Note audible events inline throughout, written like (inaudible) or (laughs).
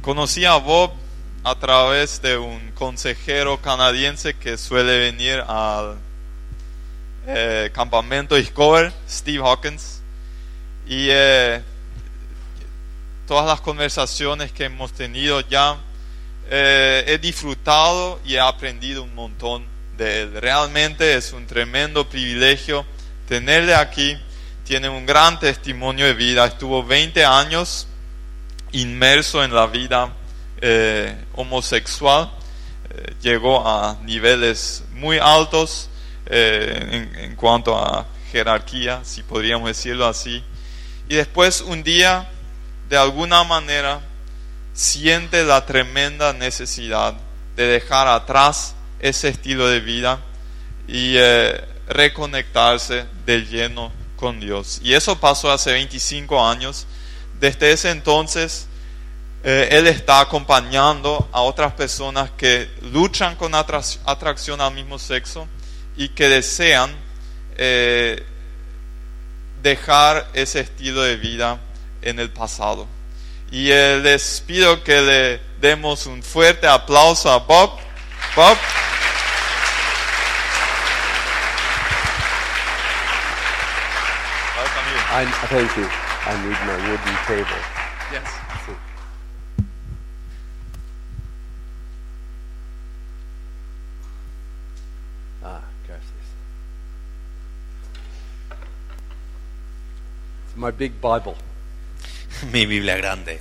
Conocí a Bob a través de un consejero canadiense que suele venir al eh, campamento Discover, Steve Hawkins. Y eh, todas las conversaciones que hemos tenido ya, eh, he disfrutado y he aprendido un montón de él. Realmente es un tremendo privilegio tenerle aquí. Tiene un gran testimonio de vida. Estuvo 20 años inmerso en la vida eh, homosexual. Eh, llegó a niveles muy altos eh, en, en cuanto a jerarquía, si podríamos decirlo así. Y después un día de alguna manera siente la tremenda necesidad de dejar atrás ese estilo de vida y eh, reconectarse de lleno con Dios. Y eso pasó hace 25 años. Desde ese entonces, eh, Él está acompañando a otras personas que luchan con atrac atracción al mismo sexo y que desean eh, dejar ese estilo de vida en el pasado. Y eh, les pido que le demos un fuerte aplauso a Bob. Bob. I, thank you. I need my wooden table. Yes. Ah, gracias. It's my big Bible. Mi Biblia grande.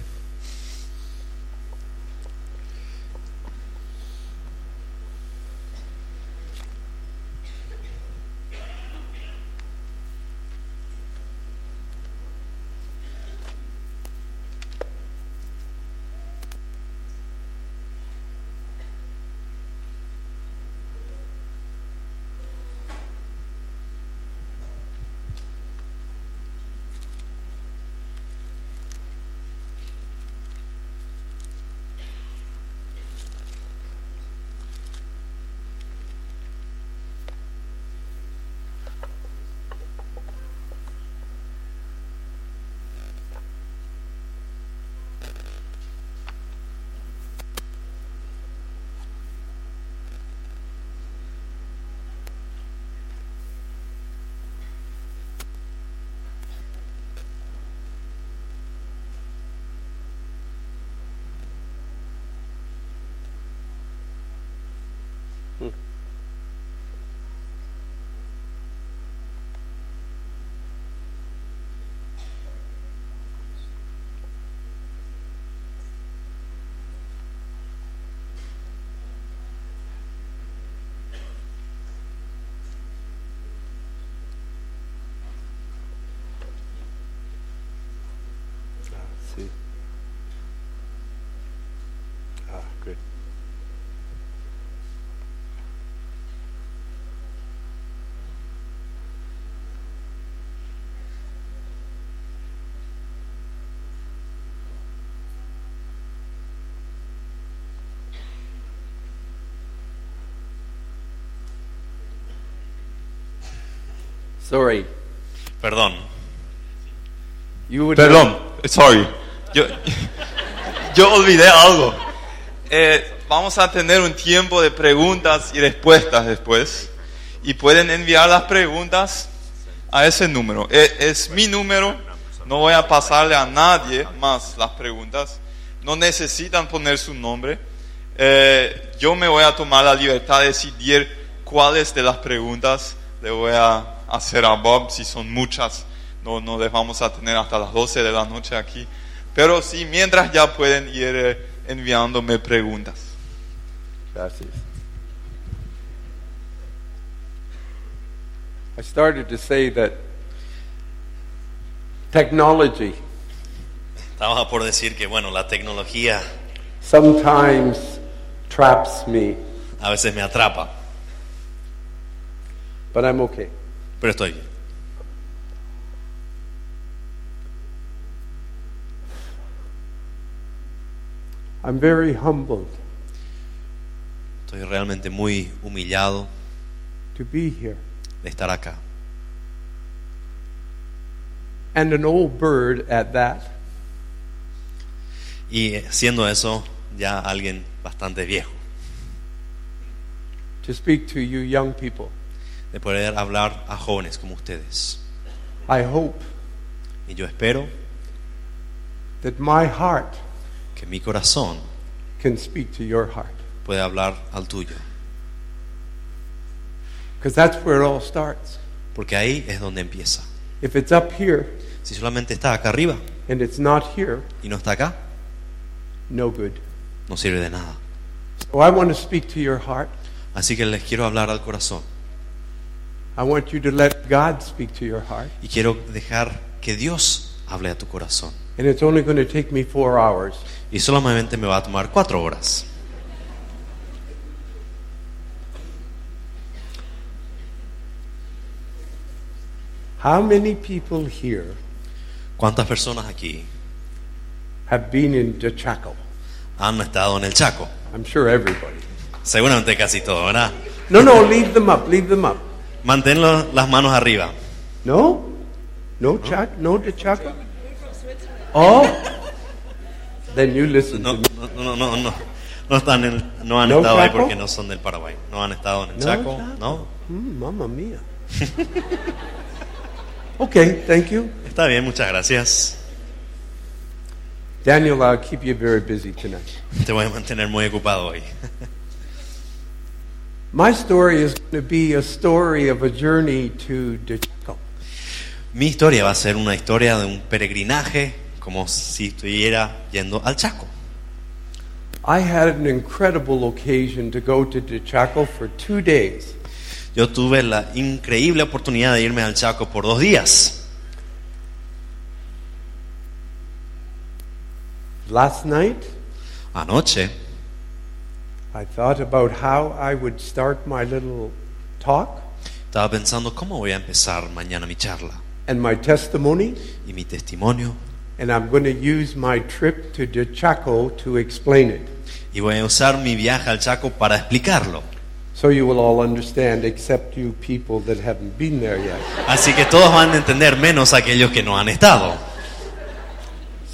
See? Ah, good. Sorry, Perdón. you would Perdón, sorry. Yo, yo olvidé algo. Eh, vamos a tener un tiempo de preguntas y respuestas después. Y pueden enviar las preguntas a ese número. Eh, es mi número. No voy a pasarle a nadie más las preguntas. No necesitan poner su nombre. Eh, yo me voy a tomar la libertad de decidir cuáles de las preguntas le voy a hacer a Bob, si son muchas no, no les vamos a tener hasta las 12 de la noche aquí. Pero sí, mientras ya pueden ir eh, enviándome preguntas. Gracias. I started to say that technology Estaba por decir que, bueno, la tecnología sometimes traps me, a veces me atrapa, but I'm okay. pero estoy bien. I'm very humbled Estoy realmente muy humillado to be here. de estar acá. And an old bird at that. Y eh, siendo eso ya alguien bastante viejo, to speak to you young people. de poder hablar a jóvenes como ustedes. I hope Y yo espero that my heart que mi corazón can speak to your heart pueda hablar al tuyo, because that's where it all starts. porque ahí es donde empieza. If it's up here Si solamente está acá arriba and it's not here, y no está acá, no good. no sirve de nada. So Oh, I want to speak to your heart. Así que les quiero hablar al corazón I want you to let God speak to your heart. y quiero dejar que Dios hable a tu corazón. And it's only going to take me four hours. Y solamente me va a tomar cuatro horas. How many people here ¿Cuántas personas aquí have been in Chaco? han estado en el Chaco? I'm sure everybody. Seguramente casi todo, ¿verdad? No, no, leave them up, leave them up. Mantén lo- las manos arriba. No? No Chac no Chaco? Oh. Then you listen No, to me. no, no, no, no. No están en- no han ¿No estado ahí Chaco? porque no son del Paraguay. No han estado en el No Chaco, Chaco. ¿no? Mm, mamma mia. okay, thank you. Está bien, muchas gracias. Daniel, I'll keep you very busy tonight. Te voy a mantener muy ocupado hoy. (laughs) My story is going to be a story of a journey to Chaco. Mi historia va a ser una historia de un peregrinaje, como si estuviera yendo al Chaco. I had an incredible occasion to go to Chaco for two days. Yo tuve la increíble oportunidad de irme al Chaco por dos días. Last night, Anoche I thought about how I would start my little talk estaba pensando cómo voy a empezar mañana mi charla and my testimony, y mi testimonio and I'm going to use my trip to Chaco to explain it y voy a usar mi viaje al Chaco para explicarlo. so you will all understand, except you people that haven't been there yet. Así que todos van a entender menos aquellos que no han estado.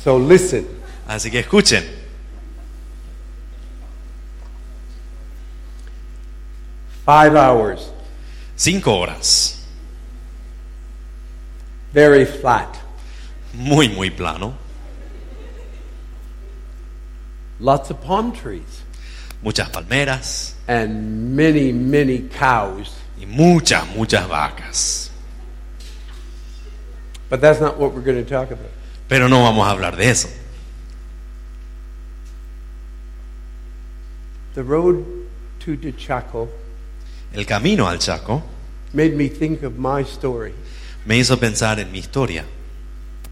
So listen. Así que escuchen. Five hours, Cinco horas. very flat, Muy, muy plano. lots of palm trees, Muchas palmeras and many, many cows. y muchas, muchas vacas. But that's not what we're going to talk about. Pero no vamos a hablar de eso. The road to Chaco El camino al Chaco made me think of my story, me hizo pensar en mi historia.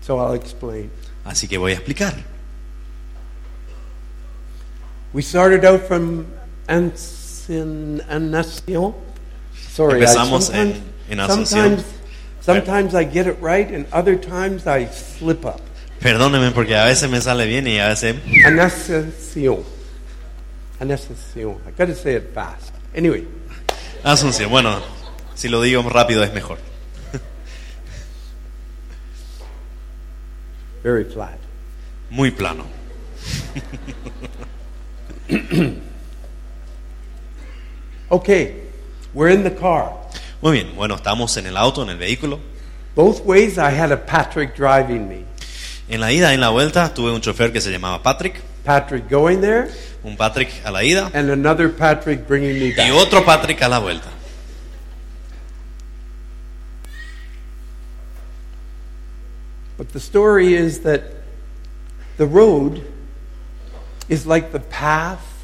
so I'll explain. Así que voy a explicar. We started out from Encarnacion. Sorry, Empezamos en- en Asunción. sometimes, sometimes I get it right, and other times I slip up. Perdónenme porque a veces me sale bien y a veces... Encarnacion. Encarnacion. I got to say it fast. Anyway, Asunción, bueno, si lo digo rápido es mejor. very flat. Muy plano. Okay, we're in the car. Muy bien, bueno, estamos en el auto, en el vehículo. Both ways, I had a Patrick driving me. En la ida y en la vuelta tuve un chofer que se llamaba Patrick. Patrick going there, Un Patrick a la ida and another Patrick bringing me y back. otro Patrick a la vuelta. But the story is that the road is like the path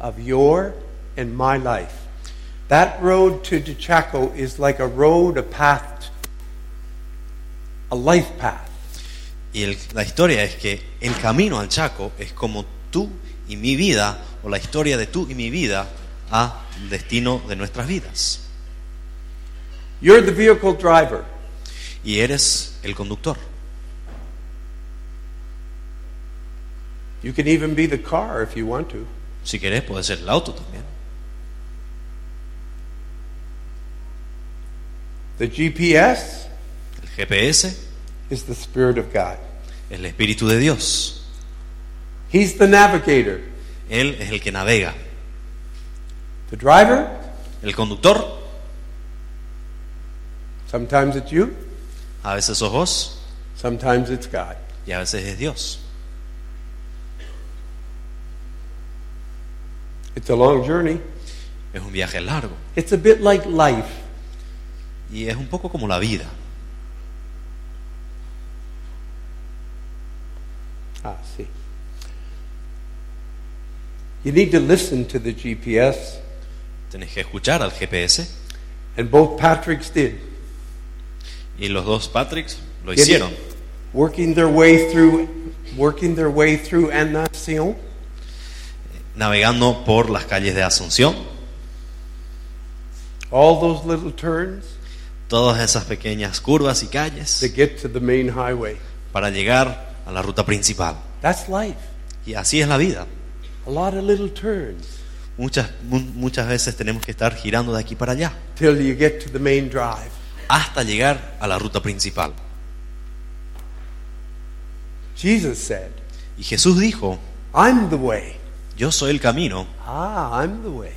of your and my life. That road to Chaco is like a road, a path, a life path. Y el- la historia es que el camino al Chaco es como tú y mi vida, o la historia de tú y mi vida, al destino de nuestras vidas. You're the vehicle driver. Y eres el conductor. You can even be the car if you want to. Si querés, puede ser el auto también. The GPS El GPS is the Spirit of God. el Espíritu de Dios. He's the navigator. Él es el que navega. The driver, El conductor, sometimes it's you, a veces sos vos sometimes it's God. y a veces es Dios. It's a long journey. Es un viaje largo It's a bit like life. y es un poco como la vida. Ah, see. You need to listen to the GPS, Tenés que escuchar al GPS and both Patricks did. y los dos Patricks lo Did hicieron. it. Working their way through, working their way through Annacion, Navegando por las calles de Asunción, all those little turns todas esas pequeñas curvas y to calles get to the main highway. para llegar a la ruta principal. That's life. Y así es la vida. A lot of little turns Muchas, mu- muchas veces tenemos que estar girando de aquí para allá till you get to the main drive. hasta llegar a la ruta principal. Jesus said, Y Jesús dijo, I'm the way. yo soy el camino. Ah, I'm the way.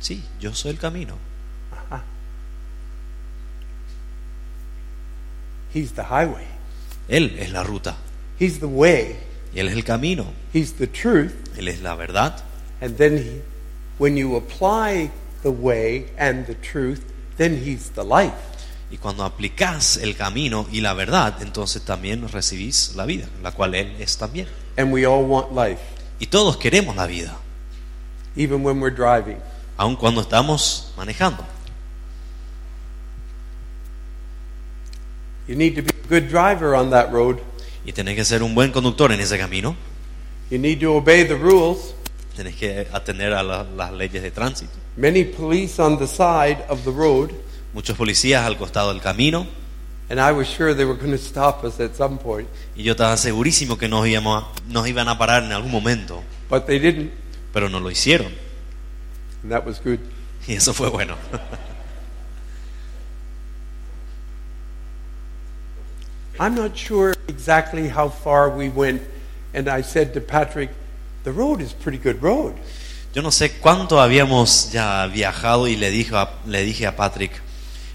Sí, yo soy el camino. He's the highway. Él es la ruta. He's the way. Y Él es el camino. He's the truth. Él es la verdad. And then he, when you apply the way and the truth, then he's the life. Y cuando aplicás el camino y la verdad, entonces también recibís la vida, la cual Él es también. And we all want life, Y todos queremos la vida, even when we're driving. aun cuando estamos manejando. You need to be a good driver on that road. Y tenés que ser un buen conductor en ese camino. You need to obey the rules. Tenés que atender a la- las leyes de tránsito. Many police on the side of the road, Muchos policías al costado del camino. and I was sure they were going to stop us at some point, Y yo estaba segurísimo que nos, íbamos a- nos iban a parar en algún momento. but they didn't, Pero no lo hicieron. and that was good. Y eso fue bueno. (laughs) I'm not sure exactly how far we went, and I said to Patrick, the road is pretty good road. Yo no sé cuánto habíamos ya viajado y le dije a, le dije a Patrick,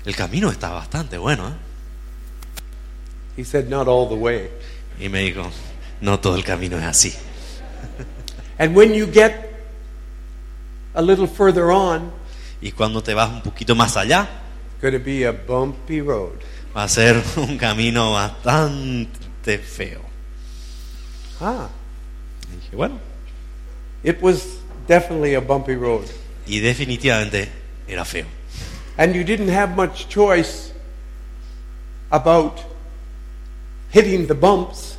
el camino está bastante bueno. ¿eh?". He said, not all the way. Y me dijo, no todo el camino es así. And when you get a little further on, Y cuando te vas un poquito más allá, it's going to be a bumpy road. va a ser (laughs) un camino bastante feo. Ah, Y dije, bueno. it was definitely a bumpy road. Y definitivamente era feo. And you didn't have much choice about hitting the bumps.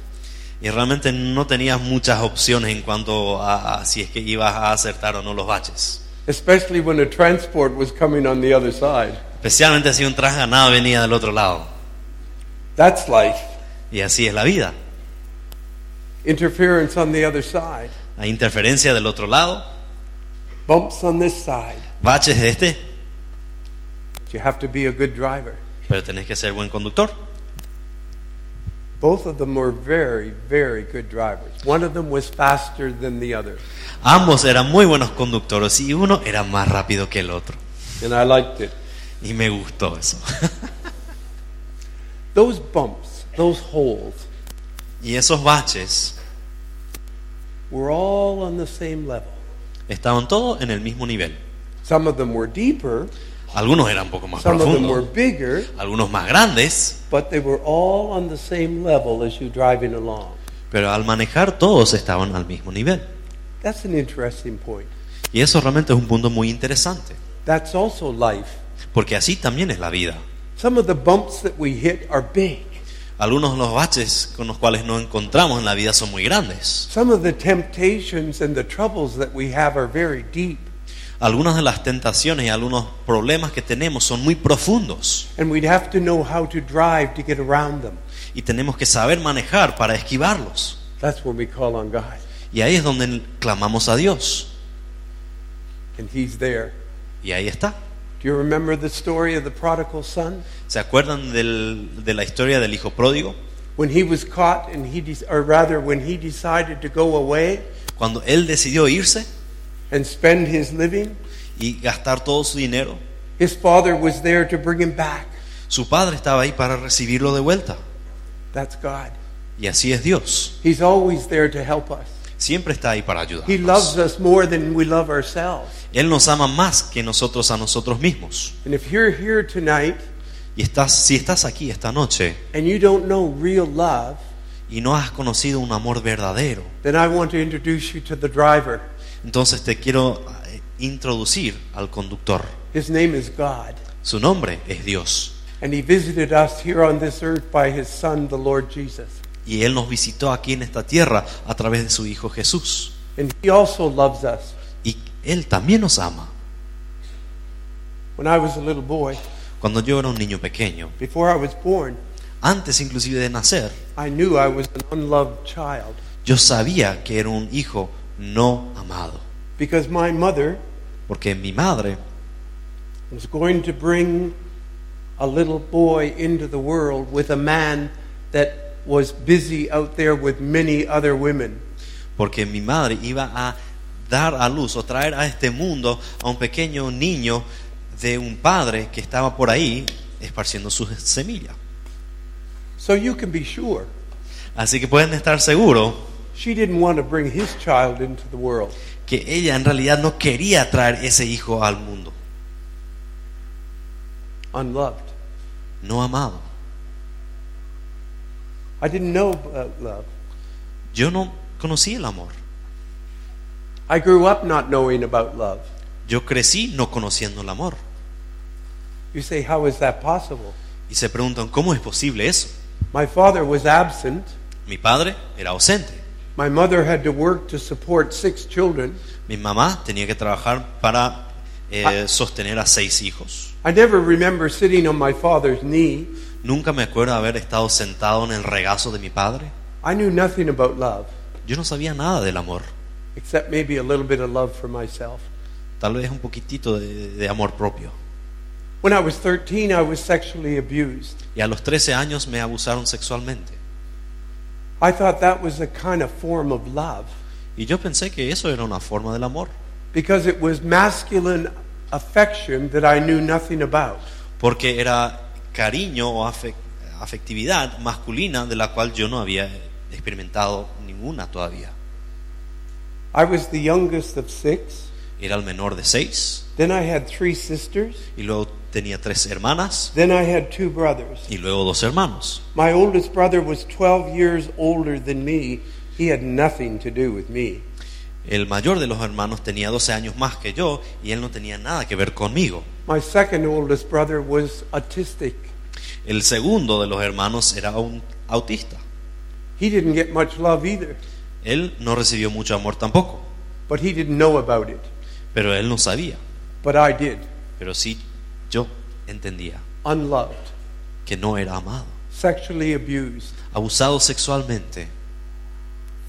Y realmente no tenías muchas opciones en cuanto a, a si es que ibas a acertar o no los baches. Especially when a transport was coming on the other side. Especialmente si un trasganado venía del otro lado. That's life. Y así es la vida. Interference on the other side. Hay interferencia del otro lado, Bumps on this side. baches de este, But you have to be a good driver. pero tenés que ser buen conductor. Both of them were very, very good drivers. One of them was faster than the other. Ambos eran muy buenos conductores y uno era más rápido que el otro. and I liked it. Y me gustó eso. (laughs) Those bumps, those holes, Y esos baches were all on the same level. estaban todos en el mismo nivel. Some of them were deeper, Algunos eran un poco más some of them were profundos, bigger, algunos más grandes, but they were all on the same level as you driving along. pero al manejar todos estaban al mismo nivel. That's an interesting point. Y eso realmente es un punto muy interesante, That's also life. porque así también es la vida. Some of the bumps that we hit are big. Algunos de los baches con los cuales nos encontramos en la vida son muy grandes. Some of the temptations and the troubles that we have are very deep, Algunas de las tentaciones y algunos problemas que tenemos son muy profundos and we'd have to know how to drive to get around them. y tenemos que saber manejar para esquivarlos. That's when we call on God, Y ahí es donde clamamos a Dios. and He's there. Y ahí está. Do you remember the story of the prodigal son? ¿Se acuerdan del- de la historia del hijo pródigo? when he was caught and he, de- or rather, when he decided to go away Cuando él decidió irse and spend his living, y gastar todo su dinero, his father was there to bring him back. su padre estaba ahí para recibirlo de vuelta. That's God. Y así es Dios. He's always there to help us. Siempre está ahí para ayudarnos. He loves us more than we love ourselves. Él nos ama más que nosotros a nosotros mismos. And if you're here tonight Y estás, si estás aquí esta noche and you don't know real love, y no has conocido un amor verdadero, then I want to introduce you to the driver. entonces te quiero eh, introducir al conductor. His name is God. Su nombre es Dios. And he visited us here on this earth by his son, the Lord Jesus. Y Él nos visitó aquí en esta tierra a través de su Hijo Jesús. And he also loves us. Y Él también nos ama. When I was a little boy, Cuando yo era un niño pequeño, before I was born, antes inclusive de nacer, I knew I was an unloved child yo sabía que era un hijo no amado. because my mother Porque mi madre was going to bring a little boy into the world with a man that was busy out there with many other women. porque mi madre iba a dar a luz o traer a este mundo a un pequeño niño de un padre que estaba por ahí esparciendo sus semillas. So you can be sure Así que pueden estar seguros she didn't want to bring his child into the world. que ella en realidad no quería traer ese hijo al mundo, unloved. no amado. I didn't know about love. Yo no conocí el amor. I grew up not knowing about love. Yo crecí no conociendo el amor. You say, how is that possible? Y se preguntan, ¿cómo es posible eso? My father was absent. Mi padre era ausente. My mother had to work to support six children. Mi mamá tenía que trabajar para eh, sostener a seis hijos. I never remember sitting on my father's knee. Nunca me acuerdo haber estado sentado en el regazo de mi padre. I knew nothing about love, Yo no sabía nada del amor. except maybe a little bit of love for myself. Tal vez un poquitito de, de amor propio. When I was 13, I was sexually abused. Y a los 13 años me abusaron sexualmente. I thought that was a kind of form of love Y yo pensé que eso era una forma del amor. because it was masculine affection that I knew nothing about. Porque era cariño o afec- afectividad masculina de la cual yo no había experimentado ninguna todavía. I was the youngest of six. Era el menor de seis. Then I had three sisters. Y luego tenía tres hermanas. Then I had two brothers. Y luego dos hermanos. My oldest brother was 12 years older than me. He had nothing to do with me. El mayor de los hermanos tenía 12 años más que yo y él no tenía nada que ver conmigo. My second oldest brother was autistic. El segundo de los hermanos era un autista. He didn't get much love either, Él no recibió mucho amor tampoco, but he didn't know about it. pero él no sabía. But I did. Pero sí yo entendía Unloved, que no era amado. sexually abused, Abusado sexualmente,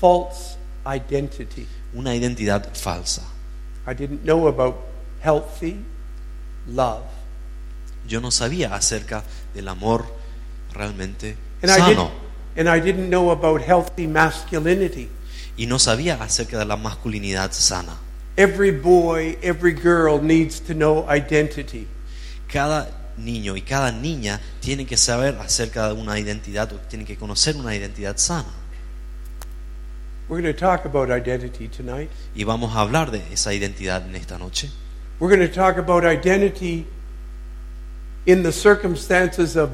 false identity. una identidad falsa. I didn't know about healthy love. Yo no sabía acerca del amor realmente And I, sano didn't, and I didn't know about healthy masculinity. y no sabía acerca de la masculinidad sana. Every boy, every girl needs to know identity. Cada niño y cada niña tiene que saber acerca de una identidad o tiene que conocer una identidad sana. We're going to talk about identity tonight. Y vamos a hablar de esa identidad en esta noche. We're going to talk about identity in the circumstances of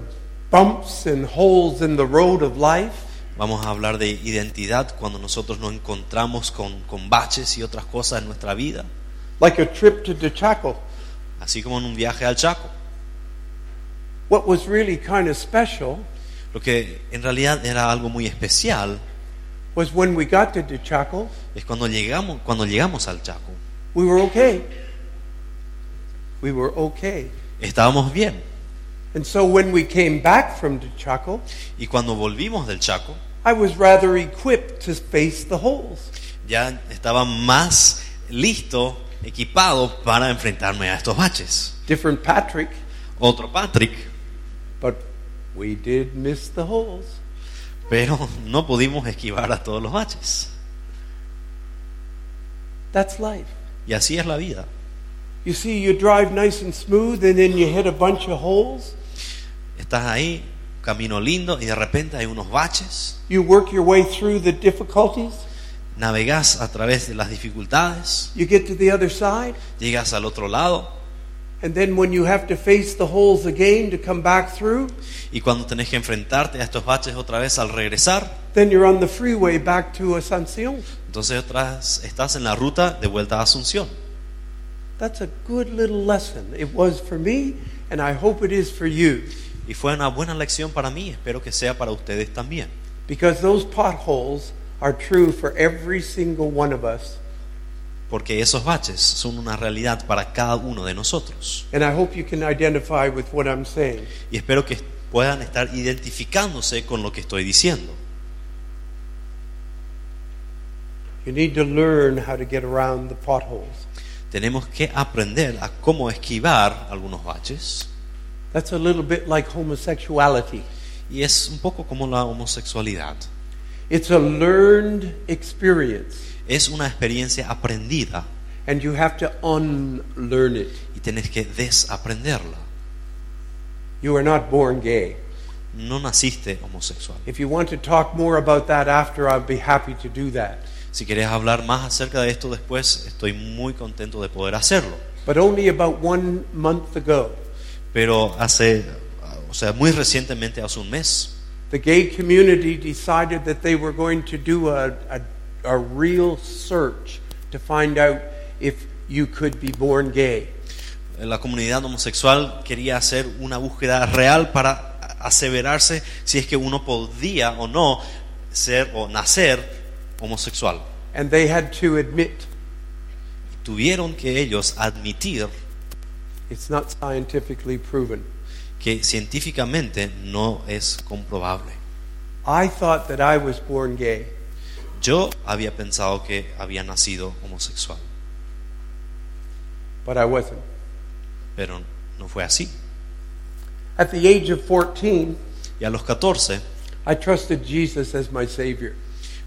bumps and holes in the road of life. Vamos a hablar de identidad cuando nosotros nos encontramos con, con baches y otras cosas en nuestra vida, like a trip to Dechaco. así como en un viaje al Chaco. What was really kind of special Lo que en realidad era algo muy especial was when we got to Dechaco, es cuando llegamos, cuando llegamos al Chaco. we were okay. We were okay. Estábamos bien. And so when we came back from Dechaco, Y cuando volvimos del Chaco, I was rather equipped to face the holes. ya estaba más listo, equipado para enfrentarme a estos baches. Different Patrick, Otro Patrick, but we did miss the holes. pero (laughs) no pudimos esquivar a todos los baches. That's life. Y así es la vida. You see, you drive nice and smooth, and then you hit a bunch of holes. Estás ahí, camino lindo, y de repente hay unos baches, You work your way through the difficulties. navegás a través de las dificultades, You get to the other side. llegas al otro lado, And then when you have to face the holes again to come back through, y cuando tenés que enfrentarte a estos baches otra vez al regresar, then you're on the freeway back to Asuncion. entonces otras estás en la ruta de vuelta a Asunción. That's a good little lesson. It was for me, and I hope it is for you. Y fue una buena lección para mí, espero que sea para ustedes también. Because those potholes are true for every single one of us. porque esos baches son una realidad para cada uno de nosotros. And I hope you can identify with what I'm saying. Y espero que puedan estar identificándose con lo que estoy diciendo. You need to learn how to get around the potholes. Tenemos que aprender a cómo esquivar algunos baches. That's a little bit like homosexuality. Y es un poco como la homosexualidad. It's a learned experience, Es una experiencia aprendida and you have to unlearn it. y tenés que desaprenderla. You are not born gay. No naciste homosexual. If you want to talk more about that after, I'd be happy to do that. Si querés hablar más acerca de esto después, estoy muy contento de poder hacerlo. But only about one month ago, Pero hace, o sea, muy recientemente, hace un mes, the gay community decided that they were going to do a, a, a real search to find out if you could be born gay. la comunidad homosexual quería hacer una búsqueda real para aseverarse si es que uno podía o no ser o nacer homosexual. And they had to admit Tuvieron que ellos admitir it's not scientifically proven. que científicamente no es comprobable. I thought that I was born gay. Yo había pensado que había nacido homosexual, but I wasn't. pero no fue así. At the age of 14, Y a los 14 I trusted Jesus as my Savior.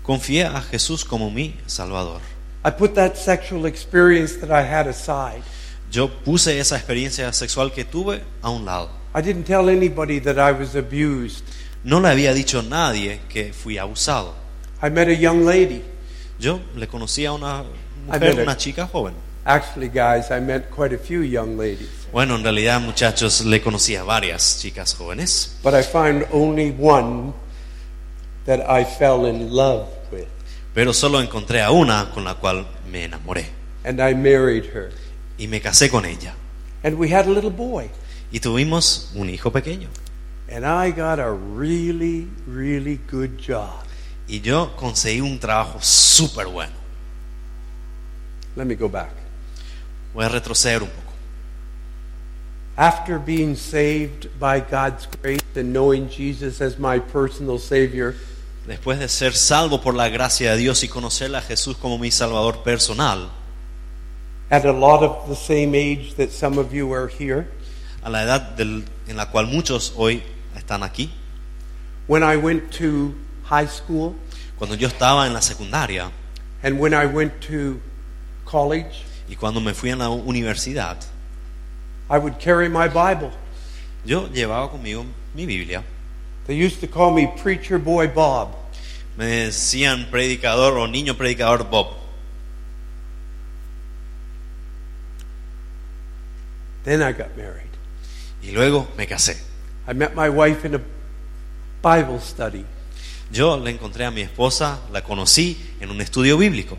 confié a Jesús como mi Salvador. I put that sexual experience that I had aside. Yo puse esa experiencia sexual que tuve a un lado. I didn't tell anybody that I was abused. No le había dicho a nadie que fui abusado. I met a young lady. Yo le conocí a una Ay, mujer, mira. una chica joven. Actually, guys, I met quite a few young ladies, Bueno, en realidad, muchachos, le conocí a varias chicas jóvenes, but I found only one that I fell in love with, pero solo encontré a una con la cual me enamoré and I married her. y me casé con ella. And we had a little boy, Y tuvimos un hijo pequeño. and I got a really, really good job. Y yo conseguí un trabajo súper bueno. Let me go back. Voy a retroceder un poco. After being saved by God's grace and knowing Jesus as my personal Savior, Después de ser salvo por la gracia de Dios y conocer a Jesús como mi Salvador personal, at a lot of the same age that some of you are here, a la edad del- en la cual muchos hoy están aquí, when I went to high school cuando yo estaba en la secundaria, and when I went to college, Y cuando me fui a la universidad, I would carry my Bible. yo llevaba conmigo mi Biblia. They used to call me Preacher Boy Bob. Me decían predicador o niño predicador Bob. Then I got married. Y luego me casé. I met my wife in a Bible study. Yo le encontré a mi esposa, la conocí en un estudio bíblico.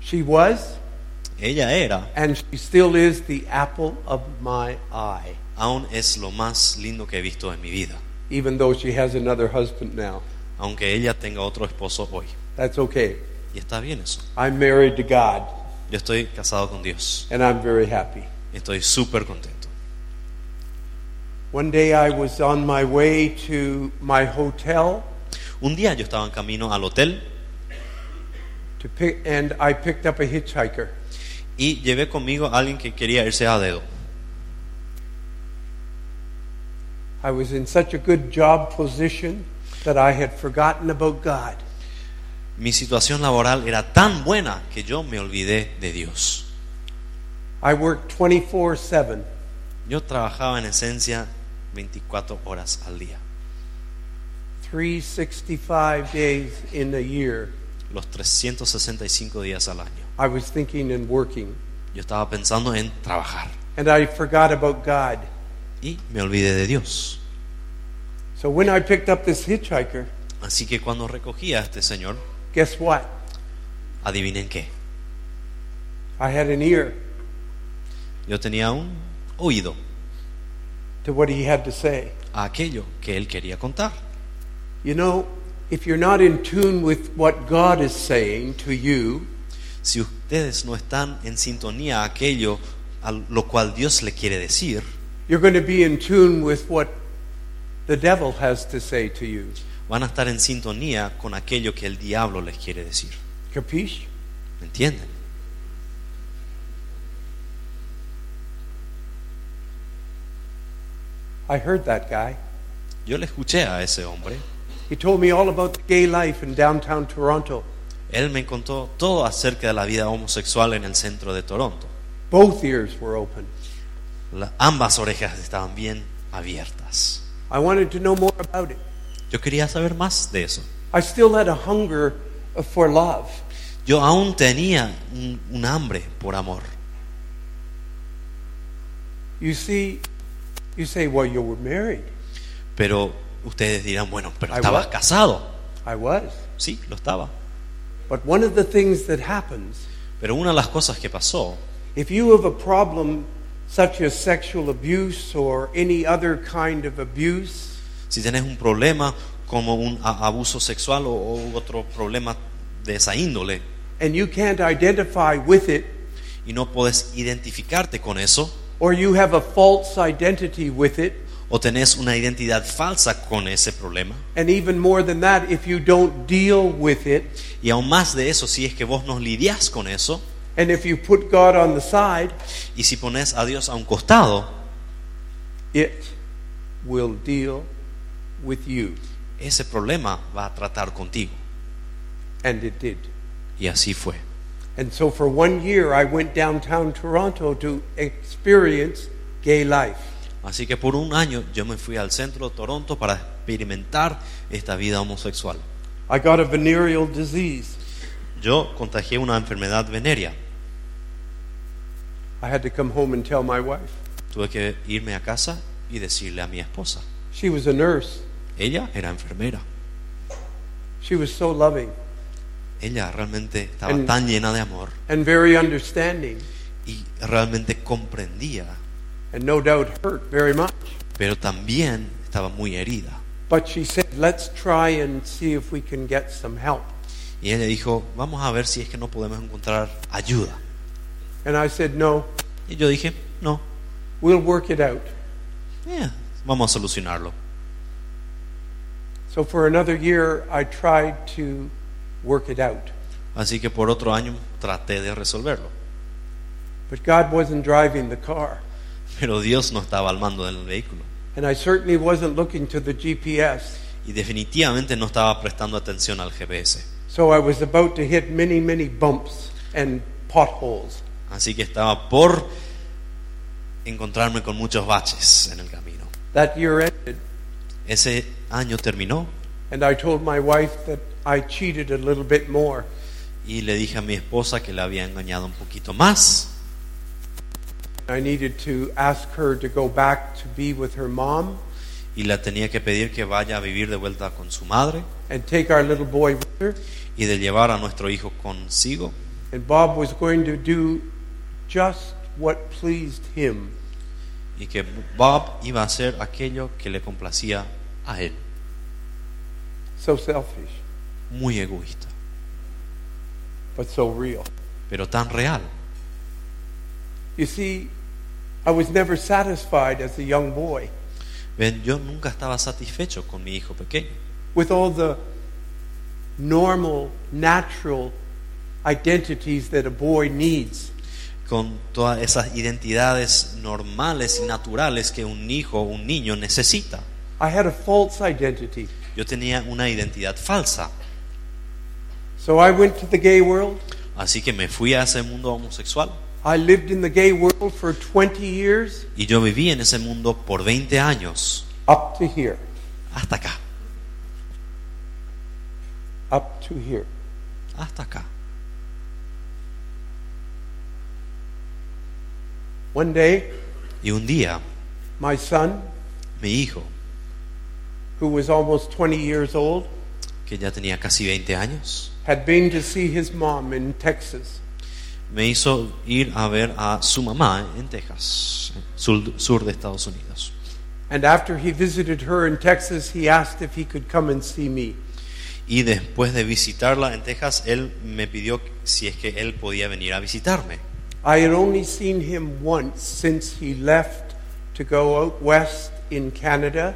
She was, Ella era, and she still is, the apple of my eye, aún es lo más lindo que he visto en mi vida. even though she has another husband now. Aunque ella tenga otro esposo hoy. That's okay. Y está bien eso. I'm married to God, Yo estoy casado con Dios. and I'm very happy. Estoy súper contento. One day I was on my way to my hotel Un día yo estaba en camino al hotel to pick, and I picked up a hitchhiker. y llevé conmigo a alguien que quería irse a dedo. I was in such a good job position that I had forgotten about God. Mi situación laboral era tan buena que yo me olvidé de Dios. I worked 24 7. Yo trabajaba en esencia 24 horas al día, 365 days in a year, los 365 días al año. I was thinking and working. Yo estaba pensando en trabajar And I forgot about God. y me olvidé de Dios. So when I picked up this hitchhiker, Así que cuando recogía a este señor, guess what? adivinen qué, I had an ear yo tenía un oído to what he had to say. a aquello que él quería contar. You know, if you're not in tune with what God is saying to you, Si ustedes no están en sintonía a aquello a lo cual Dios le quiere decir, you're going to be in tune with what the devil has to say to you. van a estar en sintonía con aquello que el diablo les quiere decir. Capiche? ¿Me entienden? I heard that guy. Yo le escuché a ese hombre. He told me all about the gay life in downtown Toronto, Él me contó todo acerca de la vida homosexual en el centro de Toronto. both ears were open. La- ambas orejas estaban bien abiertas. I wanted to know more about it. Yo quería saber más de eso. I still had a hunger for love. Yo aún tenía un, un hambre por amor. You see, you say, well, you were married. Pero ustedes dirán, bueno, pero I estabas what? casado. I was. Sí, lo estaba. But one of the things that happens, Pero una de las cosas que pasó if you have a problem such as sexual abuse or any other kind of abuse, Si tenés un problema como un a- abuso sexual o, o otro problema de esa índole and you can't identify with it, y no podés identificarte con eso or you have a false identity with it, o tenés una identidad falsa con ese problema and even more than that, if you don't deal with it, y aún más de eso si es que vos nos lidiás con eso and if you put God on the side, y si pones a Dios a un costado, it will deal with you. ese problema va a tratar contigo. And it did. Y así fue. And so for one year, I went downtown Toronto to experience gay life. Así que por un año yo me fui al centro de Toronto para experimentar esta vida homosexual. I got a venereal disease. Yo contagié una enfermedad venérea. I had to come home and tell my wife. Tuve que irme a casa y decirle a mi esposa. She was a nurse. Ella era enfermera. She was so loving Ella realmente estaba En- tan llena de amor and very understanding, y realmente comprendía, and no doubt hurt very much. pero también estaba muy herida. But she said, let's try and see if we can get some help. Y ella dijo, vamos a ver si es que no podemos encontrar ayuda. And I said, no, Y yo dije, no, we'll work it out. eh, vamos a solucionarlo. So for another year, I tried to work it out. Así que por otro año traté de resolverlo. But God wasn't driving the car. Pero Dios no estaba al mando del vehículo. And I certainly wasn't looking to the GPS. Y definitivamente no estaba prestando atención al GPS. So I was about to hit many, many bumps and potholes. Así que estaba por encontrarme con muchos baches en el camino. That year ended, Ese año terminó and I told my wife that I cheated a little bit more. y le dije a mi esposa que la había engañado un poquito más, I needed to ask her to go back to be with her mom y la tenía que pedir que vaya a vivir de vuelta con su madre and take our little boy with her. y de llevar a nuestro hijo consigo. And Bob was going to do just what pleased him. Y que Bob iba a hacer aquello que le complacía a él. So selfish, Muy egoísta, but so real. pero tan real. You see, I was never satisfied as a young boy. Ven, yo nunca estaba satisfecho con mi hijo pequeño, with all the normal, natural identities that a boy needs. con todas esas identidades normales y naturales que un hijo o un niño necesita. I had a false identity. Yo tenía una identidad falsa. So I went to the gay world. Así que me fui a ese mundo homosexual I lived in the gay world for 20 years y yo viví en ese mundo por 20 años, up to here. hasta acá, Up to here. hasta acá. One day, Y un día, my son, mi hijo, who was almost 20 years old, que ya tenía casi 20 años, had been to see his mom in Texas. me hizo ir a ver a su mamá en Texas, sur, sur de Estados Unidos. And after he visited her in Texas, he asked if he could come and see me. Y después de visitarla en Texas, él me pidió si es que él podía venir a visitarme. I had only seen him once since he left to go out west in Canada.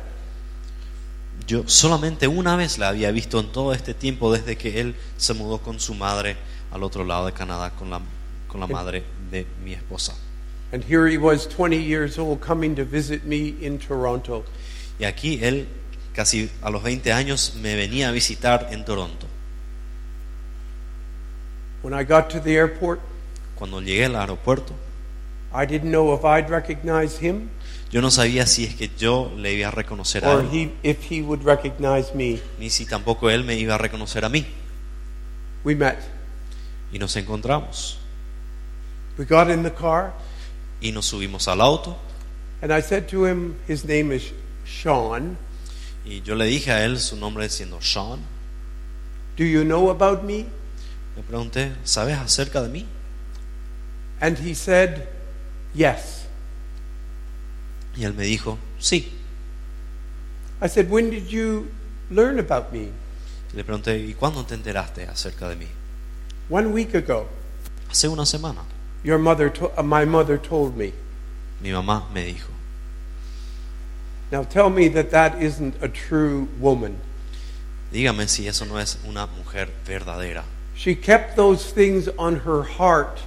Yo solamente una vez la había visto en todo este tiempo desde que él se mudó con su madre al otro lado de Canadá con la, con la madre de mi esposa. And here he was, 20 years old, coming to visit me in Toronto. Y aquí él, casi a los 20 años, me venía a visitar en Toronto. When I got to the airport, Cuando llegué al aeropuerto, I didn't know if I'd recognize him yo no sabía si es que yo le iba a reconocer a or él, he, if he would recognize me. ni si tampoco él me iba a reconocer a mí. We met. Y nos encontramos. We got in the car, Y nos subimos al auto. and I said to him, his name is Sean. Y yo le dije a él su nombre siendo Sean. Do you know about me? Le pregunté, ¿sabes acerca de mí? And he said, Yes. Y él me dijo, sí. I said, When did you learn about me? Y le pregunté, ¿y cuándo te enteraste acerca de mí? One week ago, Hace una semana. your mother to- uh, my mother told me. Mi mamá me dijo, Now tell me that that isn't a true woman. dígame si eso no es una mujer verdadera. She kept those things on her heart.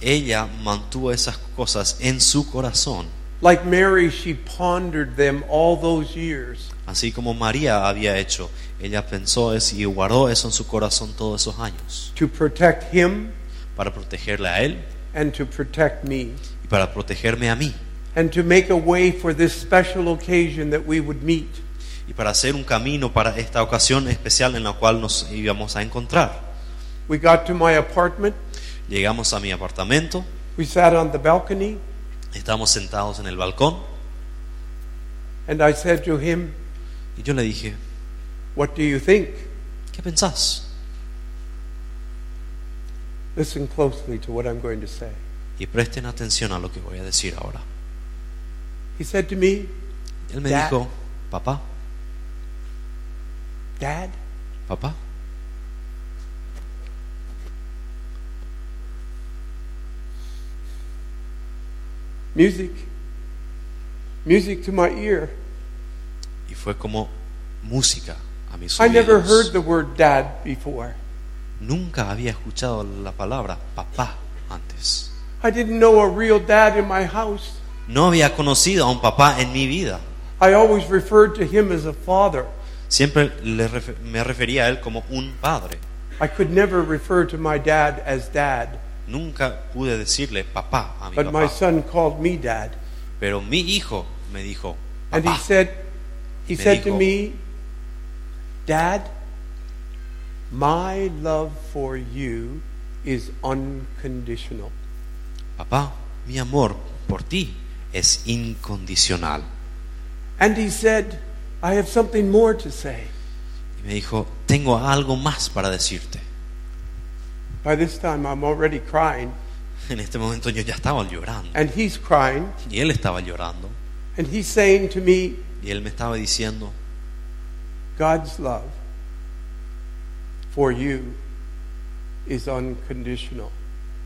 Ella mantuvo esas cosas en su corazón, Like Mary, she pondered them all those years. así como María había hecho. Ella pensó eso y guardó eso en su corazón todos esos años, to protect him para protegerle a él and to protect me, y para protegerme a mí, and to make a way for this special occasion that we would meet. y para hacer un camino para esta ocasión especial en la cual nos íbamos a encontrar. We got to my apartment, Llegamos a mi apartamento, we sat on the balcony, estábamos sentados en el balcón and I said to him, y yo le dije, What do you think? ¿qué pensás? Listen closely to what I'm going to say. Y presten atención a lo que voy a decir ahora. He said to me, Él me Ya. dijo, papá, Dad, papá, music, music to my ear. y fue como música a mis I never oídos. heard the word dad before. Nunca había escuchado la palabra papá antes. I didn't know a real dad in my house. No había conocido a un papá en mi vida. I always referred to him as a father. Siempre le ref- me refería a él como un padre. I could never refer to my dad as dad, Nunca pude decirle papá a mi but my papá. son called me dad. Pero mi hijo me dijo And he papá. said, he Me said to dijo- me, Dad, my love for you is unconditional. Papá, mi amor por ti es incondicional. And he said, I have something more to say. Y me dijo, tengo algo más para decirte. By this time, I'm already crying, En este momento yo ya estaba llorando. and he's crying, Y él estaba llorando. and he's saying to me, Y él me estaba diciendo, God's love for you is unconditional.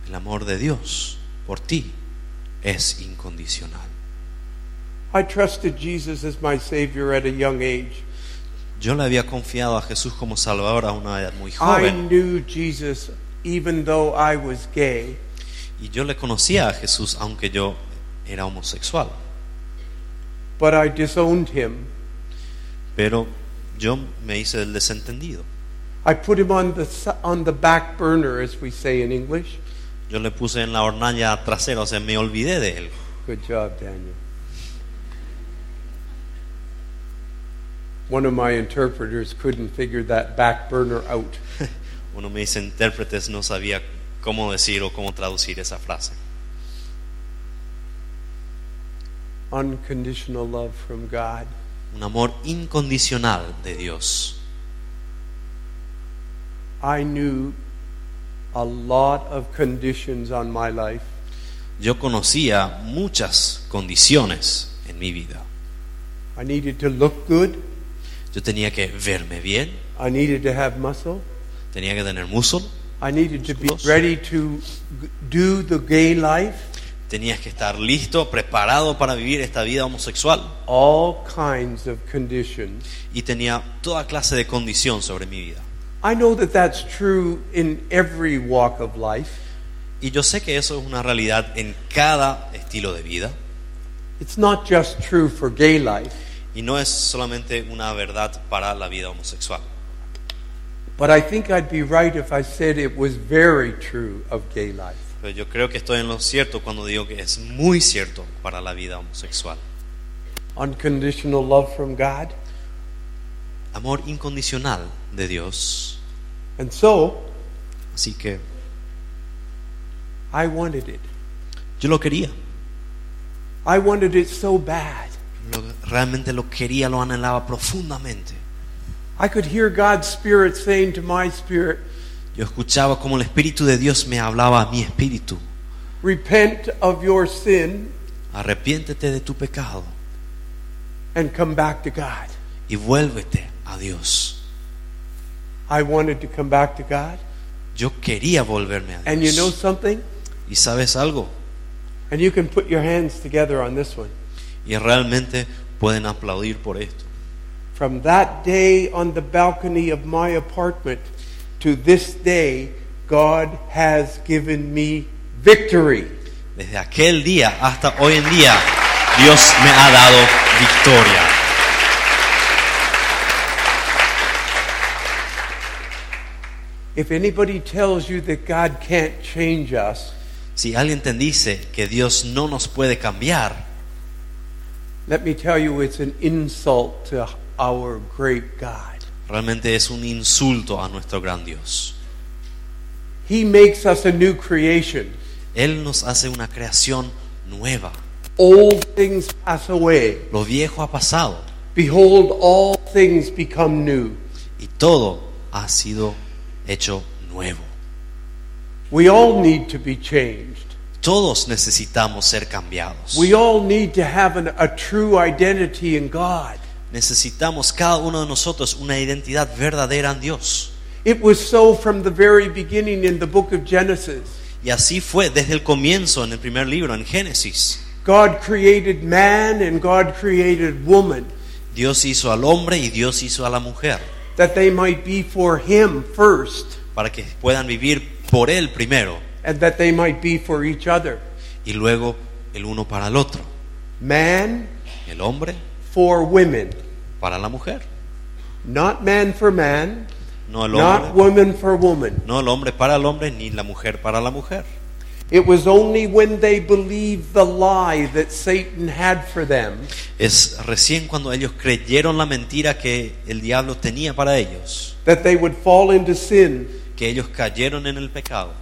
el amor de Dios por ti es incondicional. I trusted Jesus as my Savior at a young age. Yo le había confiado a Jesús como Salvador a una edad muy I joven. knew Jesus even though I was gay. Y yo le conocía a Jesús aunque yo era homosexual. but I disowned him Pero yo me hice el desentendido. I put him on the, si- on the back burner, as we say in English. Yo le puse en la hornalla trasera, o sea, me olvidé de él. Good job, Daniel. One of my interpreters couldn't figure that back burner out. Uno me dice intérpretes, no sabía cómo decir o cómo traducir esa frase. Unconditional love from God. Un amor incondicional de Dios. I knew a lot of conditions on my life, Yo conocía muchas condiciones en mi vida. I needed to look good. Yo tenía que verme bien, I needed to have muscle. tenía que tener muscle, I needed to be Musculoso. ready to g- do the gay life. tenías que estar listo, preparado para vivir esta vida homosexual. All kinds of conditions. Y tenía toda clase de condición sobre mi vida. I know that that's true in every walk of life. Y yo sé que eso es una realidad en cada estilo de vida. It's not just true for gay life, Y no es solamente una verdad para la vida homosexual. but I think I'd be right if I said it was very true of gay life. Pero yo creo que estoy en lo cierto cuando digo que es muy cierto para la vida homosexual. Unconditional love from God. Amor incondicional de Dios. And so, Así que I wanted it. yo lo quería. I wanted it so bad. Lo- realmente lo quería, lo anhelaba profundamente. I could hear God's Spirit saying to my spirit, Yo escuchaba como el Espíritu de Dios me hablaba a mi espíritu. Repent of your sin Arrepiéntete de tu pecado and come back to God. y vuélvete a Dios. I wanted to come back to God. Yo quería volverme a And you know Dios. something? Y sabes algo, And you can put your hands together on this one. y realmente pueden aplaudir por esto. From that day on the balcony of my apartment to this day, God has given me victory. Desde aquel día hasta hoy en día, Dios me ha dado victoria. If anybody tells you that God can't change us, Si alguien te dice que Dios no nos puede cambiar, let me tell you it's an insult to our great God. realmente es un insulto a nuestro gran Dios. He makes us a new creation. Él nos hace una creación nueva. Old things pass away. Lo viejo ha pasado Behold, all things become new. y todo ha sido hecho nuevo. We all need to be changed. Todos necesitamos ser cambiados. We all need to have an, a true identity in God. Necesitamos cada uno de nosotros una identidad verdadera en Dios. It was so from the very beginning in the book of Genesis. Y así fue desde el comienzo en el primer libro, en Génesis. God created man and God created woman Dios hizo al hombre y Dios hizo a la mujer that they might be for him first para que puedan vivir por Él primero and that they might be for each other. y luego el uno para el otro. Man El hombre for women, para la mujer. not man for man, No el not hombre, woman for woman. no el hombre para el hombre ni la mujer para la mujer. It was only when they believed the lie that Satan had for them Es recién cuando ellos creyeron la mentira que el diablo tenía para ellos, that they would fall into sin. que ellos cayeron en el pecado.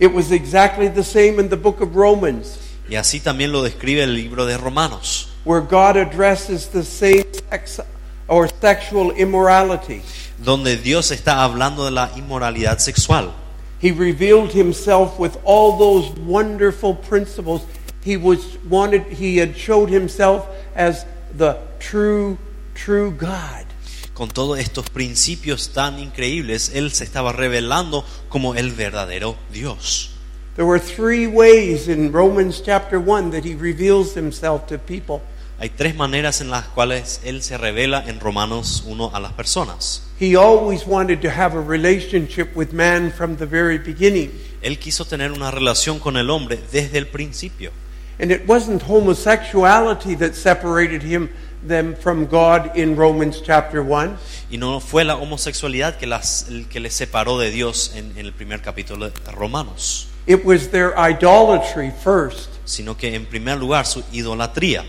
It was exactly the same in the book of Romans, Y así también lo describe el libro de Romanos, where God addresses the same sex or sexual immorality. donde Dios está hablando de la inmoralidad sexual. He revealed himself with all those wonderful principles. He was wanted he had showed himself as the true true God. Con todos estos principios tan increíbles, Él se estaba revelando como el verdadero Dios. There were three ways in Romans chapter 1 that he reveals himself to people. Hay tres maneras en las cuales Él se revela en Romanos 1 a las personas. He always wanted to have a relationship with man from the very beginning. Él quiso tener una relación con el hombre desde el principio. And it wasn't homosexuality that separated him them from God in Romans chapter 1. Y no fue la homosexualidad que, las, el que les separó de Dios en, en el primer capítulo de Romanos, It was their idolatry first. sino que en primer lugar su idolatría.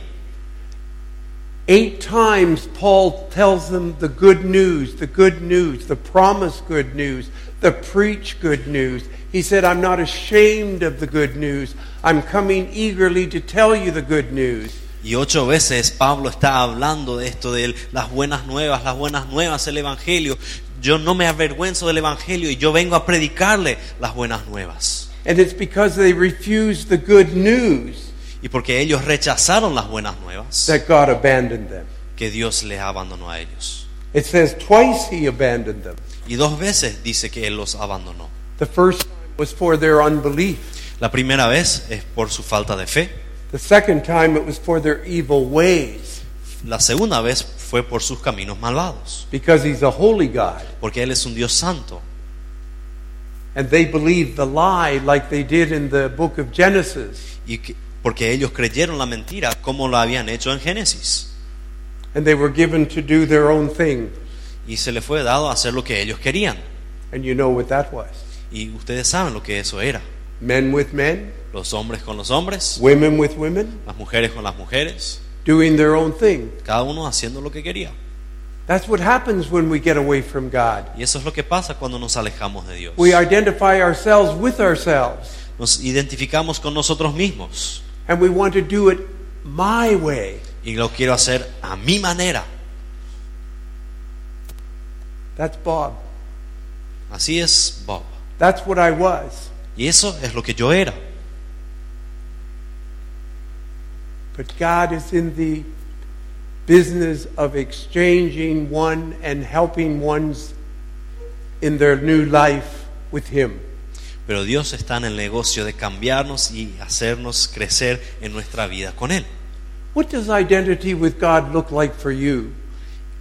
Eight times Paul tells them the good news, the good news, the promise good news, the preach good news. He said, I'm not ashamed of the good news. I'm coming eagerly to tell you the good news. Y ocho veces Pablo está hablando de esto, de las buenas nuevas, las buenas nuevas, el Evangelio. Yo no me avergüenzo del Evangelio y yo vengo a predicarle las buenas nuevas. And it's because they refused the good news Y porque ellos rechazaron las buenas nuevas, that God abandoned them. que Dios les abandonó a ellos. It says twice he abandoned them. Y dos veces dice que Él los abandonó. The first time was for their unbelief. La primera vez es por su falta de fe. The second time it was for their evil ways La segunda vez fue por sus caminos malvados. because he's a holy God. Porque Él es un Dios santo. And they believed the lie like they did in the book of Genesis. Y que- porque ellos creyeron la mentira como lo habían hecho en Génesis. And they were given to do their own thing. Y se les fue dado a hacer lo que ellos querían. And you know what that was Y ustedes saben lo que eso era. men with men, Los hombres con los hombres, women with women, las mujeres con las mujeres, doing their own thing. cada uno haciendo lo que quería. That's what happens when we get away from God. Y eso es lo que pasa cuando nos alejamos de Dios. We identify ourselves with ourselves Nos identificamos con nosotros mismos. and we want to do it my way. Y lo quiero hacer a mi manera. That's Bob. Así es Bob. That's what I was. Y eso es lo que yo era. But God is in the business of exchanging one and helping ones in their new life with Him. Pero Dios está en el negocio de cambiarnos y hacernos crecer en nuestra vida con Él. What does identity with God look like for you?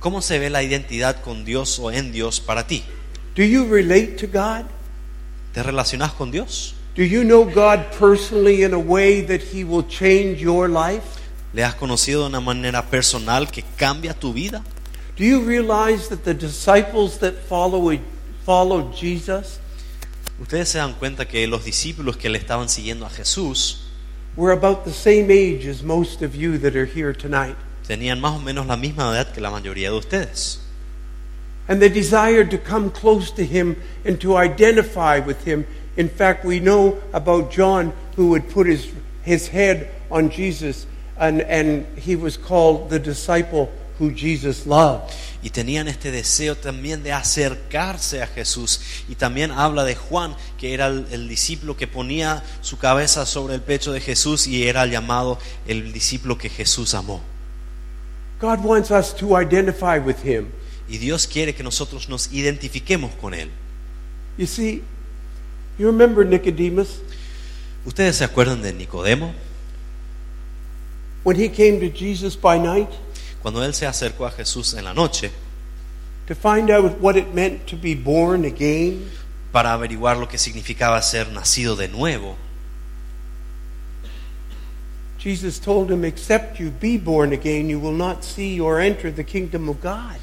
¿Cómo se ve la identidad con Dios o en Dios para ti? Do you relate to God? ¿Te relacionas con Dios? Do you know God personally in a way that He will change your life? ¿Le has conocido de una manera personal que cambia tu vida? Do you realize that the disciples that follow, followed Jesus Ustedes se dan cuenta que los discípulos que le estaban siguiendo a Jesús were about the same age as most of you that are here tonight? tenían más o menos la misma edad que la mayoría de ustedes. And they desired to come close to him and to identify with him. In fact, we know about John who would put his, his head on Jesus, and, and he was called the disciple who Jesus loved. Y tenían este deseo también de acercarse a Jesús. Y también habla de Juan, que era el, el discípulo que ponía su cabeza sobre el pecho de Jesús y era llamado el discípulo que Jesús amó. God wants us to identify with him. Y Dios quiere que nosotros nos identifiquemos con Él. You see, you remember Nicodemus? ¿Ustedes se acuerdan de Nicodemo? When he came to Jesus by night Cuando él se acercó a Jesús en la noche to find out what it meant to be born again, para averiguar lo que significaba ser nacido de nuevo, Jesus told him, Except you be born again, you will not see or enter the kingdom of God.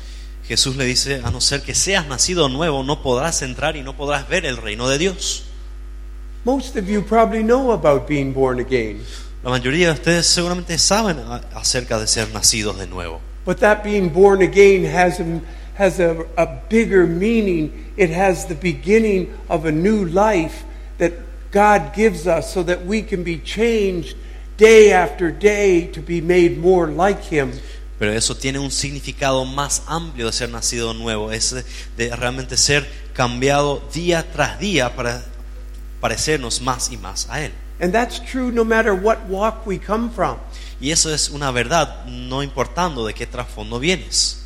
Jesús le dice, a no ser que seas nacido nuevo, no podrás entrar y no podrás ver el reino de Dios. Most of you probably know about being born again, La mayoría de ustedes seguramente saben a- acerca de ser nacidos de nuevo, but that being born again has a, has a, a bigger meaning. It has the beginning of a new life that God gives us so that we can be changed day after day to be made more like Him. pero eso tiene un significado más amplio de ser nacido nuevo, es de, de realmente ser cambiado día tras día para parecernos más y más a Él. And that's true no matter what walk we come from. Y eso es una verdad, no importando de qué trasfondo vienes.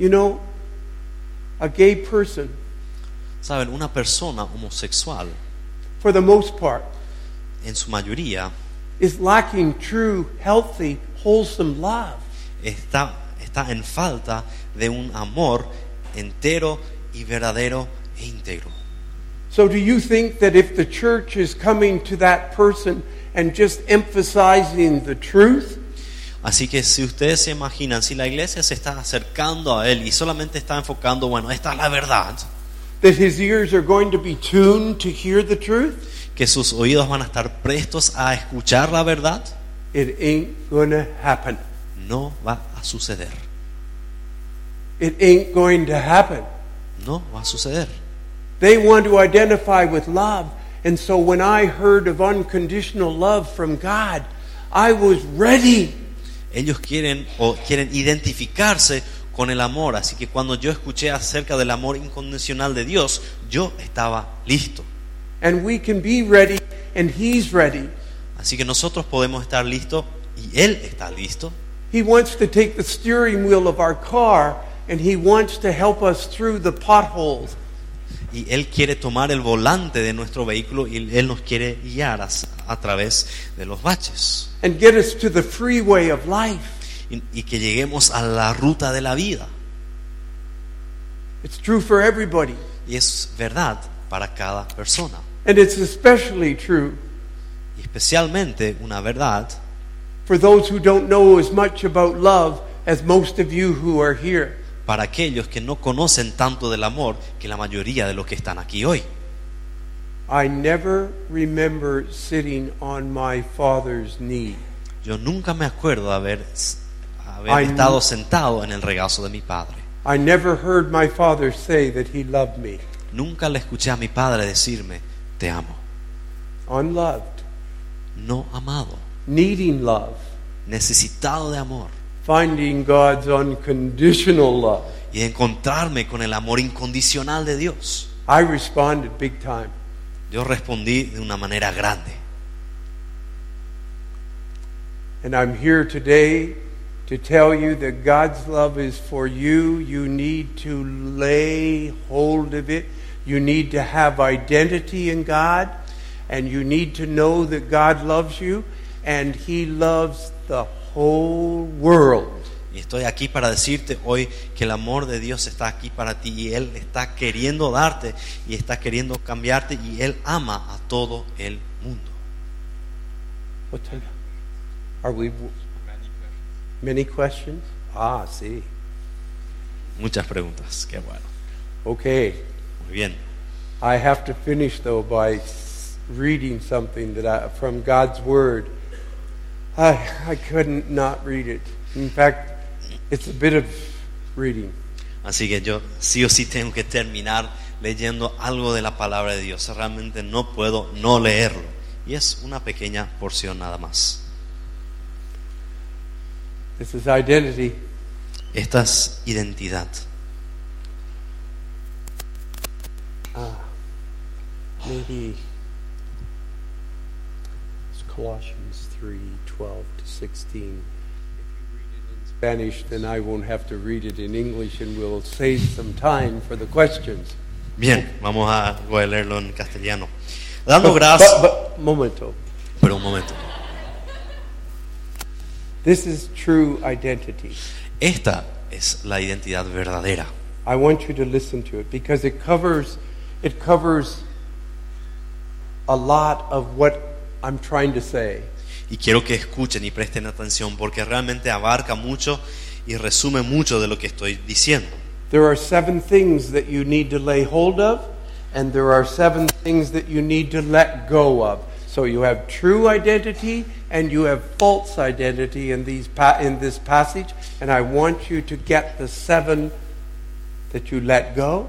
You know, a gay person, Saben, una persona homosexual, for the most part, en su mayoría, is lacking true, healthy, wholesome love. está, está en falta de un amor entero y verdadero e íntegro. So, do you think that if the church is coming to that person and just emphasizing the truth, Así que si ustedes se imaginan, si la iglesia se está acercando a Él y solamente está enfocando, bueno, esta es la verdad, that his ears are going to be tuned to hear the truth, que sus oídos van a estar prestos a escuchar la verdad, it ain't going to happen. no va a suceder. It ain't going to happen. No va a suceder. They want to identify with love. And so when I heard of unconditional love from God, I was ready. Ellos quieren o quieren identificarse con el amor, así que cuando yo escuché acerca del amor incondicional de Dios, yo estaba listo. And we can be ready, and He's ready. Así que nosotros podemos estar listos y Él está listo. He wants to take the steering wheel of our car, and He wants to help us through the potholes. Y Él quiere tomar el volante de nuestro vehículo y Él nos quiere guiar a, a través de los baches. and get us to the freeway of life. Y, y que lleguemos a la ruta de la vida. It's true for everybody, Y es verdad para cada persona. and it's especially true Y especialmente una verdad for those who don't know as much about love as most of you who are here. para aquellos que no conocen tanto del amor que la mayoría de los que están aquí hoy. I never remember sitting on my father's knee. Yo nunca me acuerdo de haber, haber Ay, no. estado sentado en el regazo de mi padre. I never heard my father say that he loved me. Nunca le escuché a mi padre decirme, te amo. Unloved, No amado, needing love, necesitado de amor. finding God's unconditional love. y encontrarme con el amor incondicional de Dios. I responded big time. Yo respondí de una manera grande. And I'm here today to tell you that God's love is for you. You need to lay hold of it. You need to have identity in God. And you need to know that God loves you. And He loves the whole world. Y estoy aquí para decirte hoy que el amor de Dios está aquí para ti y Él está queriendo darte y está queriendo cambiarte y Él ama a todo el mundo. What time? Are we. Many questions? Ah, see. Muchas preguntas, qué bueno. Okay. Muy bien. I have to finish though by s- reading something that I, from God's Word. I I couldn't not read it. In fact, it's a bit of reading. Así que yo sí o sí tengo que terminar leyendo algo de la palabra de Dios. Realmente no puedo no leerlo. Y es una pequeña porción nada más. This is identity. Esta es identidad. Maybe it's Colossians three twelve to sixteen. If you read it in Spanish, then I won't have to read it in English, and we'll save some time for the questions. Bien, vamos a, voy a leerlo en castellano. Dando But- gracias. but- momento. Pero un momento. This is true identity. Esta es la identidad verdadera. I want you to listen to it because it covers it covers a lot of what I'm trying to say. Y quiero que escuchen y presten atención porque realmente abarca mucho y resume mucho de lo que estoy diciendo. There are seven things that you need to lay hold of and there are seven things that you need to let go of. So you have true identity and you have false identity in these pa- in this passage and I want you to get the seven that you let go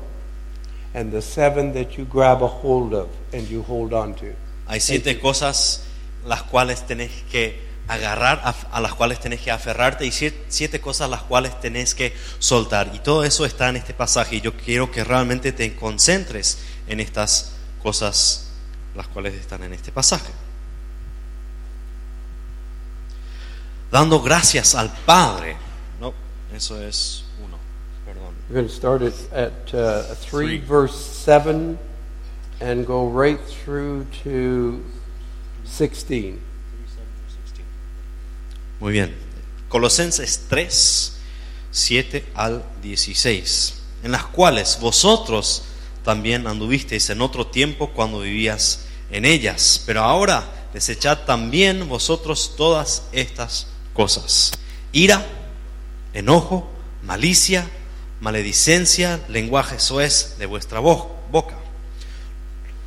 and the seven that you grab a hold of and you hold on to. Hay siete cosas las cuales tenés que agarrar, a, a las cuales tenés que aferrarte y siete, siete cosas las cuales tenés que soltar. Y todo eso está en este pasaje. Y yo quiero que realmente te concentres en estas cosas las cuales están en este pasaje. Dando gracias al Padre. No, eso es uno. Perdón. We're going to start at, at uh, 3, verse 7 and go right through to 16. Muy bien. Colosenses 3, 7 al 16, en las cuales vosotros también anduvisteis en otro tiempo cuando vivías en ellas, pero ahora desechad también vosotros todas estas cosas. ira, enojo, malicia, maledicencia, lenguaje soez de vuestra bo- boca.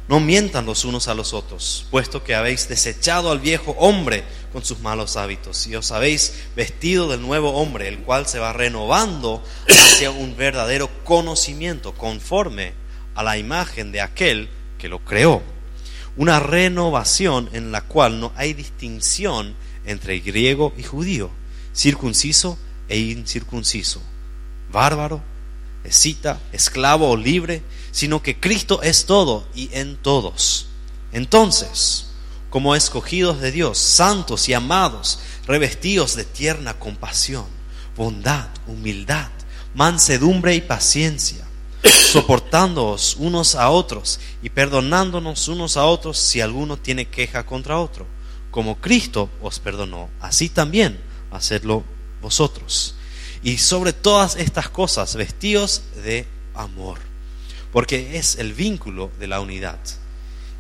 No mientan los unos a los otros, puesto que habéis desechado al viejo hombre con sus malos hábitos y os habéis vestido del nuevo hombre, el cual se va renovando hacia un verdadero conocimiento conforme a la imagen de aquel que lo creó. Una renovación en la cual no hay distinción entre griego y judío, circunciso e incircunciso, bárbaro, escita, esclavo o libre, sino que Cristo es todo y en todos. Entonces, como escogidos de Dios, santos y amados, revestidos de tierna compasión, bondad, humildad, mansedumbre y paciencia, soportándoos unos a otros y perdonándonos unos a otros si alguno tiene queja contra otro, como Cristo os perdonó, así también hacedlo vosotros. Y sobre todas estas cosas, vestidos de amor, porque es el vínculo de la unidad.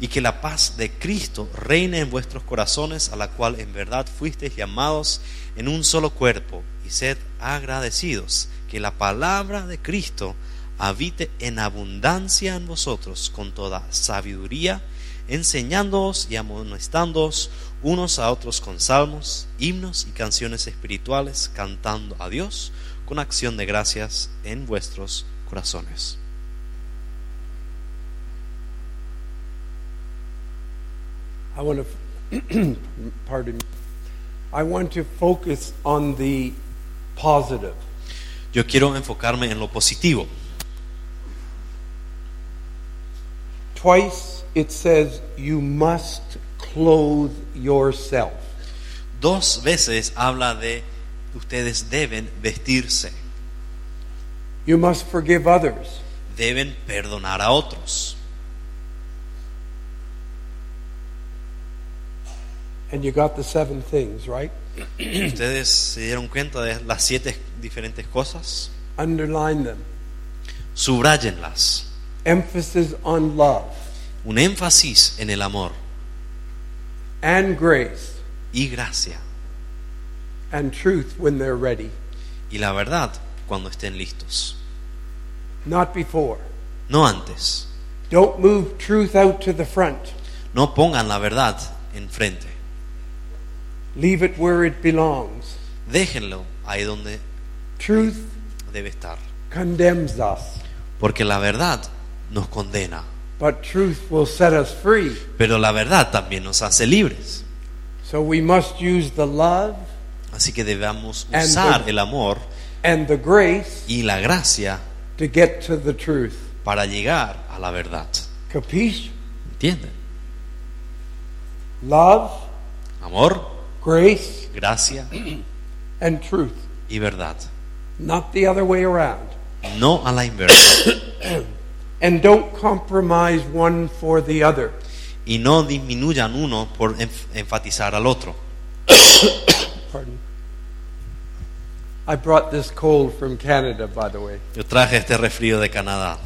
Y que la paz de Cristo reine en vuestros corazones, a la cual en verdad fuisteis llamados en un solo cuerpo, y sed agradecidos que la palabra de Cristo habite en abundancia en vosotros con toda sabiduría, enseñándoos y amonestándoos unos a otros con salmos, himnos y canciones espirituales, cantando a Dios con acción de gracias en vuestros corazones. I want to, (clears throat) pardon me, I want to focus on the positive. Yo quiero enfocarme en lo positivo. Twice it says you must clothe yourself. Dos veces habla de ustedes deben vestirse, You must forgive others. deben perdonar a otros And you got the seven things, right? ¿Ustedes se dieron cuenta de las siete diferentes cosas? Underline them. Subráyenlas. Emphasis on love Un énfasis en el amor and grace y gracia and truth when they're ready, y la verdad cuando estén listos, not before. no antes. Don't move truth out to the front. No pongan la verdad enfrente. Leave it where it belongs. Déjenlo ahí donde Truth debe estar, condemns us, porque la verdad nos condena, but truth will set us free. pero la verdad también nos hace libres. So we must use the love Así que debamos And usar the- el amor and the grace y la gracia to get to the truth. para llegar a la verdad. Capiche? ¿Entienden? Love, Amor, grace, gracia and truth, y verdad. not the other way around. No a la inversa. And don't compromise one for the other. Y no disminuyan uno por enf- enfatizar al otro. Pardon. I brought this cold from Canada, by the way. Yo traje este refrío de Canadá.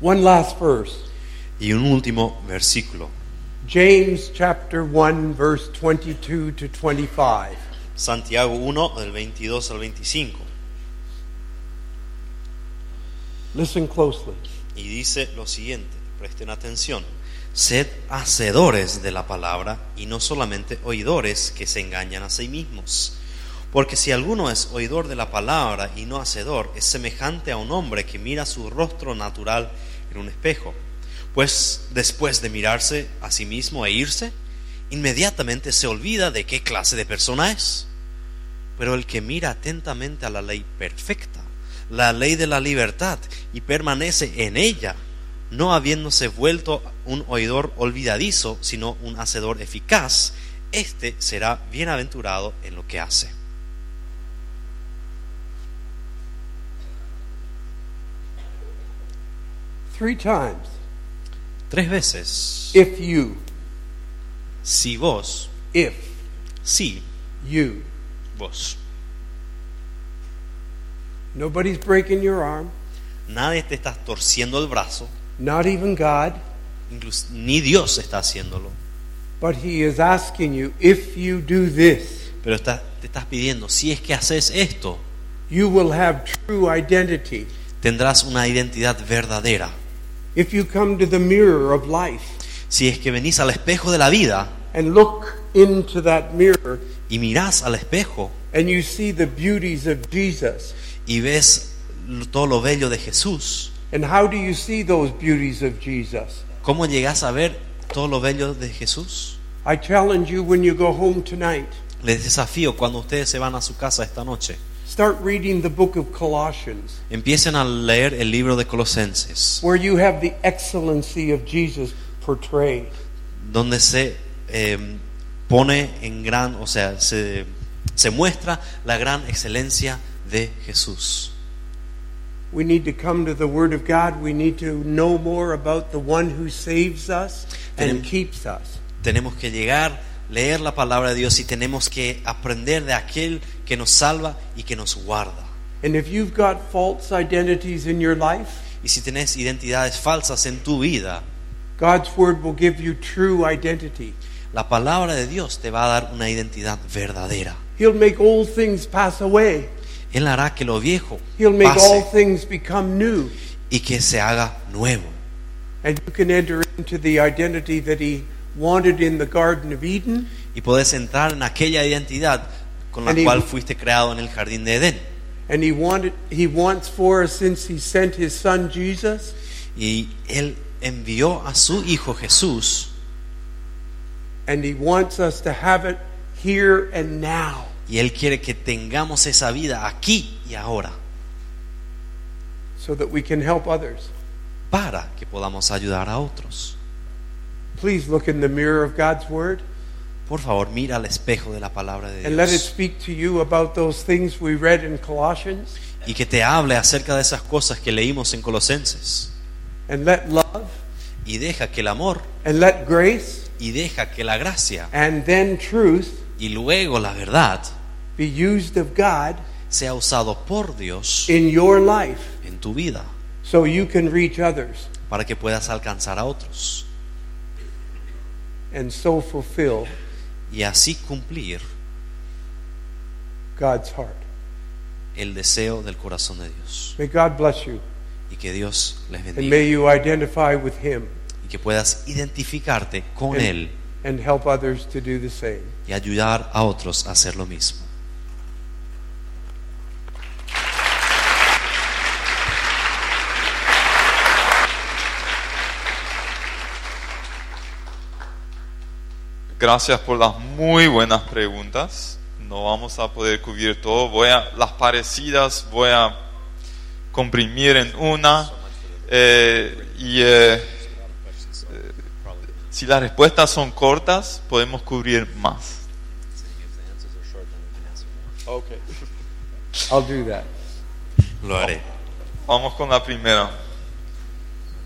One last verse. Y un último versículo. James chapter 1 verse 22 to 25. Santiago 1, del 22 al 25. Listen closely. y dice lo siguiente, presten atención, sed hacedores de la palabra y no solamente oidores que se engañan a sí mismos. Porque si alguno es oidor de la palabra y no hacedor, es semejante a un hombre que mira su rostro natural en un espejo. Pues después de mirarse a sí mismo e irse, inmediatamente se olvida de qué clase de persona es. Pero el que mira atentamente a la ley perfecta, la ley de la libertad, y permanece en ella, no habiéndose vuelto un oidor olvidadizo, sino un hacedor eficaz, éste será bienaventurado en lo que hace. Three times. Tres veces. If you, Si vos, if si you. vos. Nobody's breaking your arm, Nadie te está torciendo el brazo, not even God. incluso, ni Dios está haciéndolo. But he is asking you, if you do this, Pero está- te estás pidiendo, si es que haces esto, you will have true identity. tendrás una identidad verdadera. If you come to the mirror of life Si es que venís al espejo de la vida and look into that mirror y mirás al espejo and you see the beauties of Jesus, y ves lo- todo lo bello de Jesús, and how do you see those beauties of Jesus? ¿cómo llegás a ver todo lo bello de Jesús? I challenge you when you go home tonight, Les desafío cuando ustedes se van a su casa esta noche, start reading the book of Colossians, empiecen a leer el libro de Colosenses, where you have the excellency of Jesus portrayed. donde se eh, pone en gran, o sea, se, se muestra la gran excelencia de Jesús. We need to come to the Word of God. We need to know more about the one who saves us and Tenemos- keeps us. Tenemos que llegar, leer la palabra de Dios y tenemos que aprender de aquel que nos salva y que nos guarda. And if you've got false identities in your life, Y si tenés identidades falsas en tu vida, God's Word will give you true identity. la palabra de Dios te va a dar una identidad verdadera. He'll make old things pass away, Él hará que lo viejo He'll make all pase things become new. y que se haga nuevo. And you can enter into the identity that He wanted in the Garden of Eden, Y podés entrar en aquella identidad con la And he- cual fuiste creado en el jardín de Edén. and He, wanted, he wants for us since He sent His Son Jesus. Y Él envió a su Hijo Jesús And he wants us to have it here and now. y Él quiere que tengamos esa vida aquí y ahora so that we can help others. para que podamos ayudar a otros. Please look in the mirror of God's Word Por favor, mira al espejo de la palabra de and let it Dios speak to you about those things we read in Colossians. y que te hable acerca de esas cosas que leímos en Colosenses. And let love Y deja que el amor, and let grace y deja que la gracia, and then truth y luego la verdad be used of God sea usado por Dios in your life en tu vida so you can reach others para que puedas alcanzar a otros and so fulfill y así cumplir God's heart. el deseo del corazón de Dios. May God bless you Y que Dios les and bendiga may you identify with Him y que puedas identificarte con and, Él and help others to do the same. y ayudar a otros a hacer lo mismo. Gracias por las muy buenas preguntas. No vamos a poder cubrir todo. Voy a las parecidas voy a comprimir en una Eh, y eh, eh, si las respuestas son cortas podemos cubrir más. I'll do that. Lo haré. Vamos con la primera.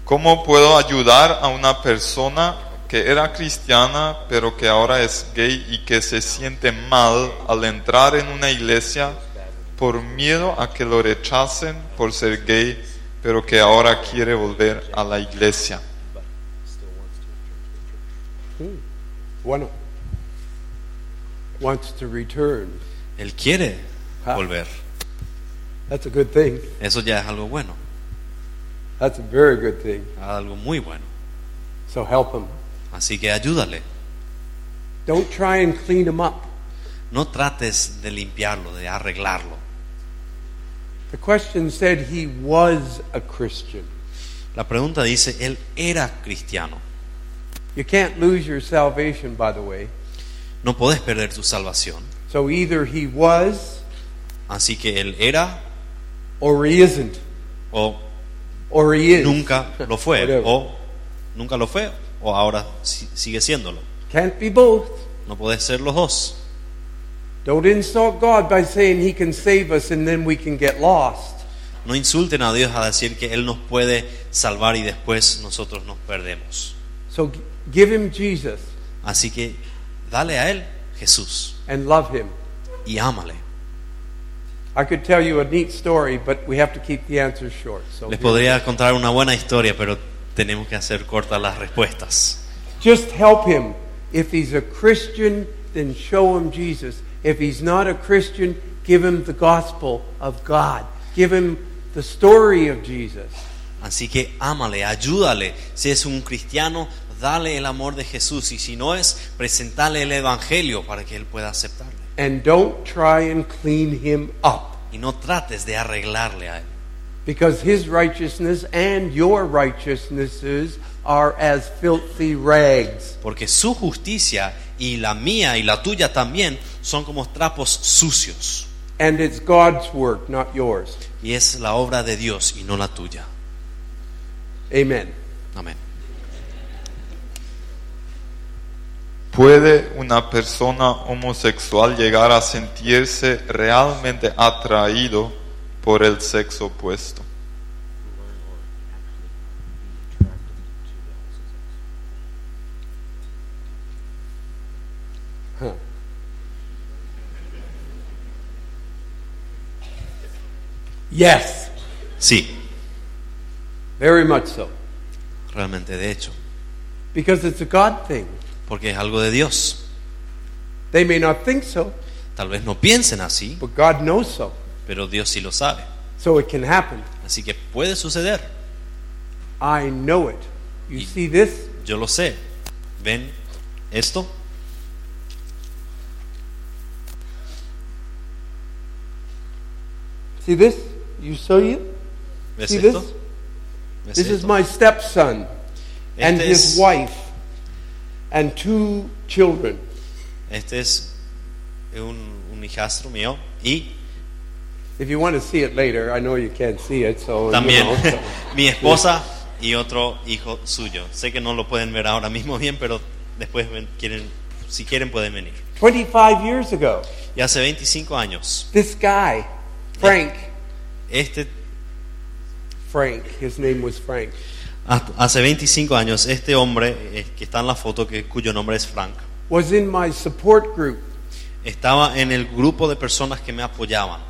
¿Cómo puedo ayudar a una persona que era cristiana pero que ahora es gay y que se siente mal al entrar en una iglesia por miedo a que lo rechacen por ser gay pero que ahora quiere volver a la iglesia? One wants to return. Él quiere Ah. volver. That's a good thing. Eso ya es algo bueno, That's a very good thing. algo muy bueno. So help him. Así que ayúdale. Don't try and clean him up. No trates de limpiarlo, de arreglarlo. The question said he was a Christian. La pregunta dice, él era cristiano. You can't lose your salvation, by the way. No podés perder tu salvación. So either he was, Así que él era or he isn't, o or he is. nunca lo fue. (laughs) Whatever. O nunca lo fue o ahora si- sigue siéndolo. Can't be both. No podés ser los dos. Don't insult God by saying he can save us and then we can get lost. No insulten a Dios a decir que Él nos puede salvar y después nosotros nos perdemos. So g- give him Jesus Así que dale a Él Jesús and love him. y ámale. I could tell you a neat story, but we have to keep the answers short. So Les podría contar una buena historia, pero tenemos que hacer cortas las respuestas. just help him If he's a Christian, then show him Jesus. If he's not a Christian, give him the gospel of God. Give him the story of Jesus. Así que ámale, ayúdale. Si es un cristiano, dale el amor de Jesús. Y si no es, presentale el Evangelio para que él pueda aceptarle. And don't try and clean him up Y no trates de arreglarle a él. because his righteousness and your righteousnesses are as filthy rags. Porque su justicia y la mía y la tuya también son como trapos sucios. And it's God's work, not yours. Y es la obra de Dios y no la tuya. Amen. Amén. ¿Puede una persona homosexual llegar a sentirse realmente atraído por el sexo opuesto? Yes, Sí, very much so. realmente de hecho. Because it's a God thing. Porque es algo de Dios. They may not think so, Tal vez no piensen así, but God knows so. pero Dios sí lo sabe. So it can happen. Así que puede suceder. I know it. You see this? Yo lo sé. ¿Ven esto? See this? You saw you? ¿Ves See esto? this? ¿Ves This is esto? my stepson and Este his es- wife and two children. Este es un, un hijastro mío y If you want to see it later, I know you can't see it, so you también know, (laughs) so- mi esposa y otro hijo suyo. Sé que no lo pueden ver ahora mismo bien, pero después ven- quieren, si quieren pueden venir. 25 years ago, Y hace 25 años, this guy, Frank, este Frank, his name was Frank. hasta- ah, hace 25 años este hombre eh, que está en la foto que, cuyo nombre es Frank was in my support group estaba en el grupo de personas que me apoyaban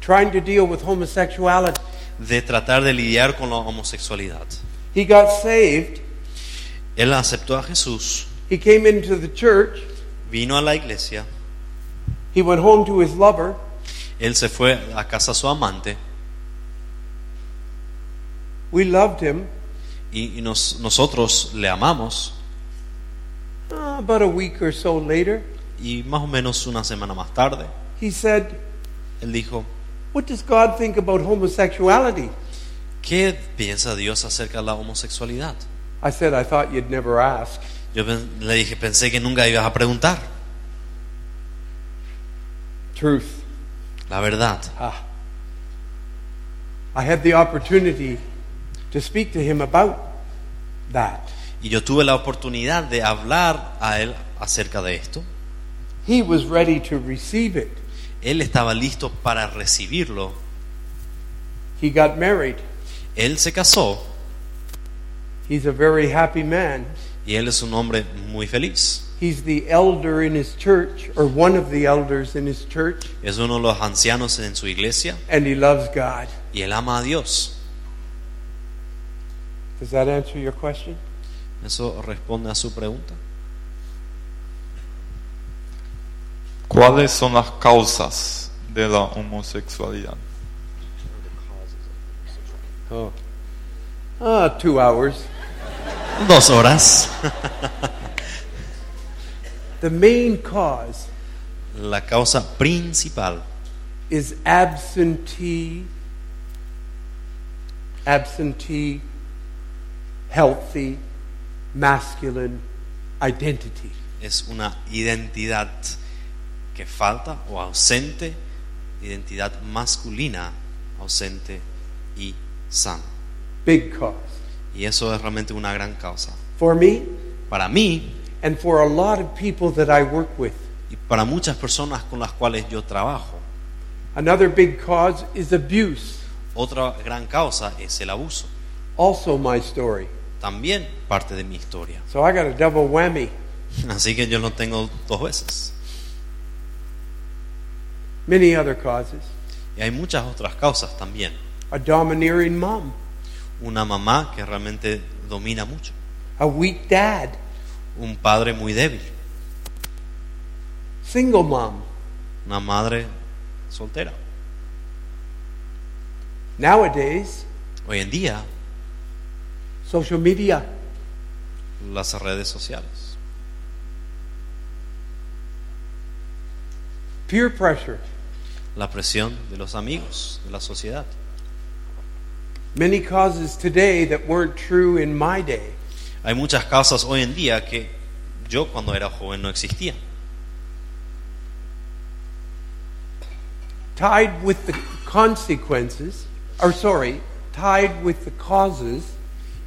trying to deal with homosexuality. de tratar de lidiar con la homosexualidad. He got saved. Él aceptó a Jesús, He came into the church. vino a la iglesia, He went home to his lover. él se fue a casa a su amante We loved him. y, y nos- nosotros le amamos Uh, about a week or so later, y más o menos una semana más tarde he said, él dijo, What does God think about homosexuality? ¿qué piensa Dios acerca de la homosexualidad? I said, I thought you'd never ask. Yo pen- le dije, pensé que nunca ibas a preguntar Truth. la verdad. Ah. I had the opportunity to speak to him about that. Y yo tuve la oportunidad de hablar a él acerca de esto. He was ready to receive it. Él estaba listo para recibirlo. He got married. Él se casó He's a very happy man. y él es un hombre muy feliz. He's the elder in his church, or one of the elders in his church, Es uno de los ancianos en su iglesia and he loves God. y él ama a Dios. Does that answer your question? Eso responde a su pregunta. ¿Cuáles son las causas de la homosexualidad? Oh. Ah, two hours. Dos horas. The main cause La causa principal is absentee, absentee, healthy, masculine identity. es una identidad que falta o ausente, identidad masculina ausente y sana. Big cause. Y eso es realmente una gran causa. For me, Para mí and for a lot of people that I work with, y para muchas personas con las cuales yo trabajo, another big cause is abuse. otra gran causa es el abuso. Also, my story. También parte de mi historia. (laughs) So I got a double whammy. Así que yo lo tengo dos veces. Many other causes. Y hay muchas otras causas también. A domineering mom, Una mamá que realmente domina mucho. a weak dad, Un padre muy débil. single mom. una madre soltera. Nowadays, Hoy en día, social media, las redes sociales, peer pressure. la presión de los amigos, de la sociedad. Many causes today that weren't true in my day. Hay muchas causas hoy en día que yo cuando era joven no existían. Tied with the consequences, or sorry, tied with the causes,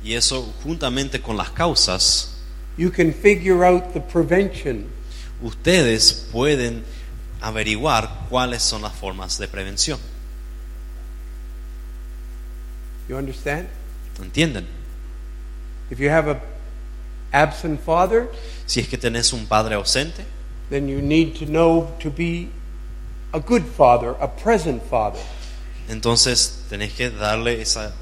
Y eso juntamente con las causas, you can figure out the prevention. ustedes pueden averiguar cuáles son las formas de prevención. You understand? ¿Entienden? If you have a absent father, Si es que tenés un padre ausente, then you need to know to be a good father, a present father. entonces tenés que darle esa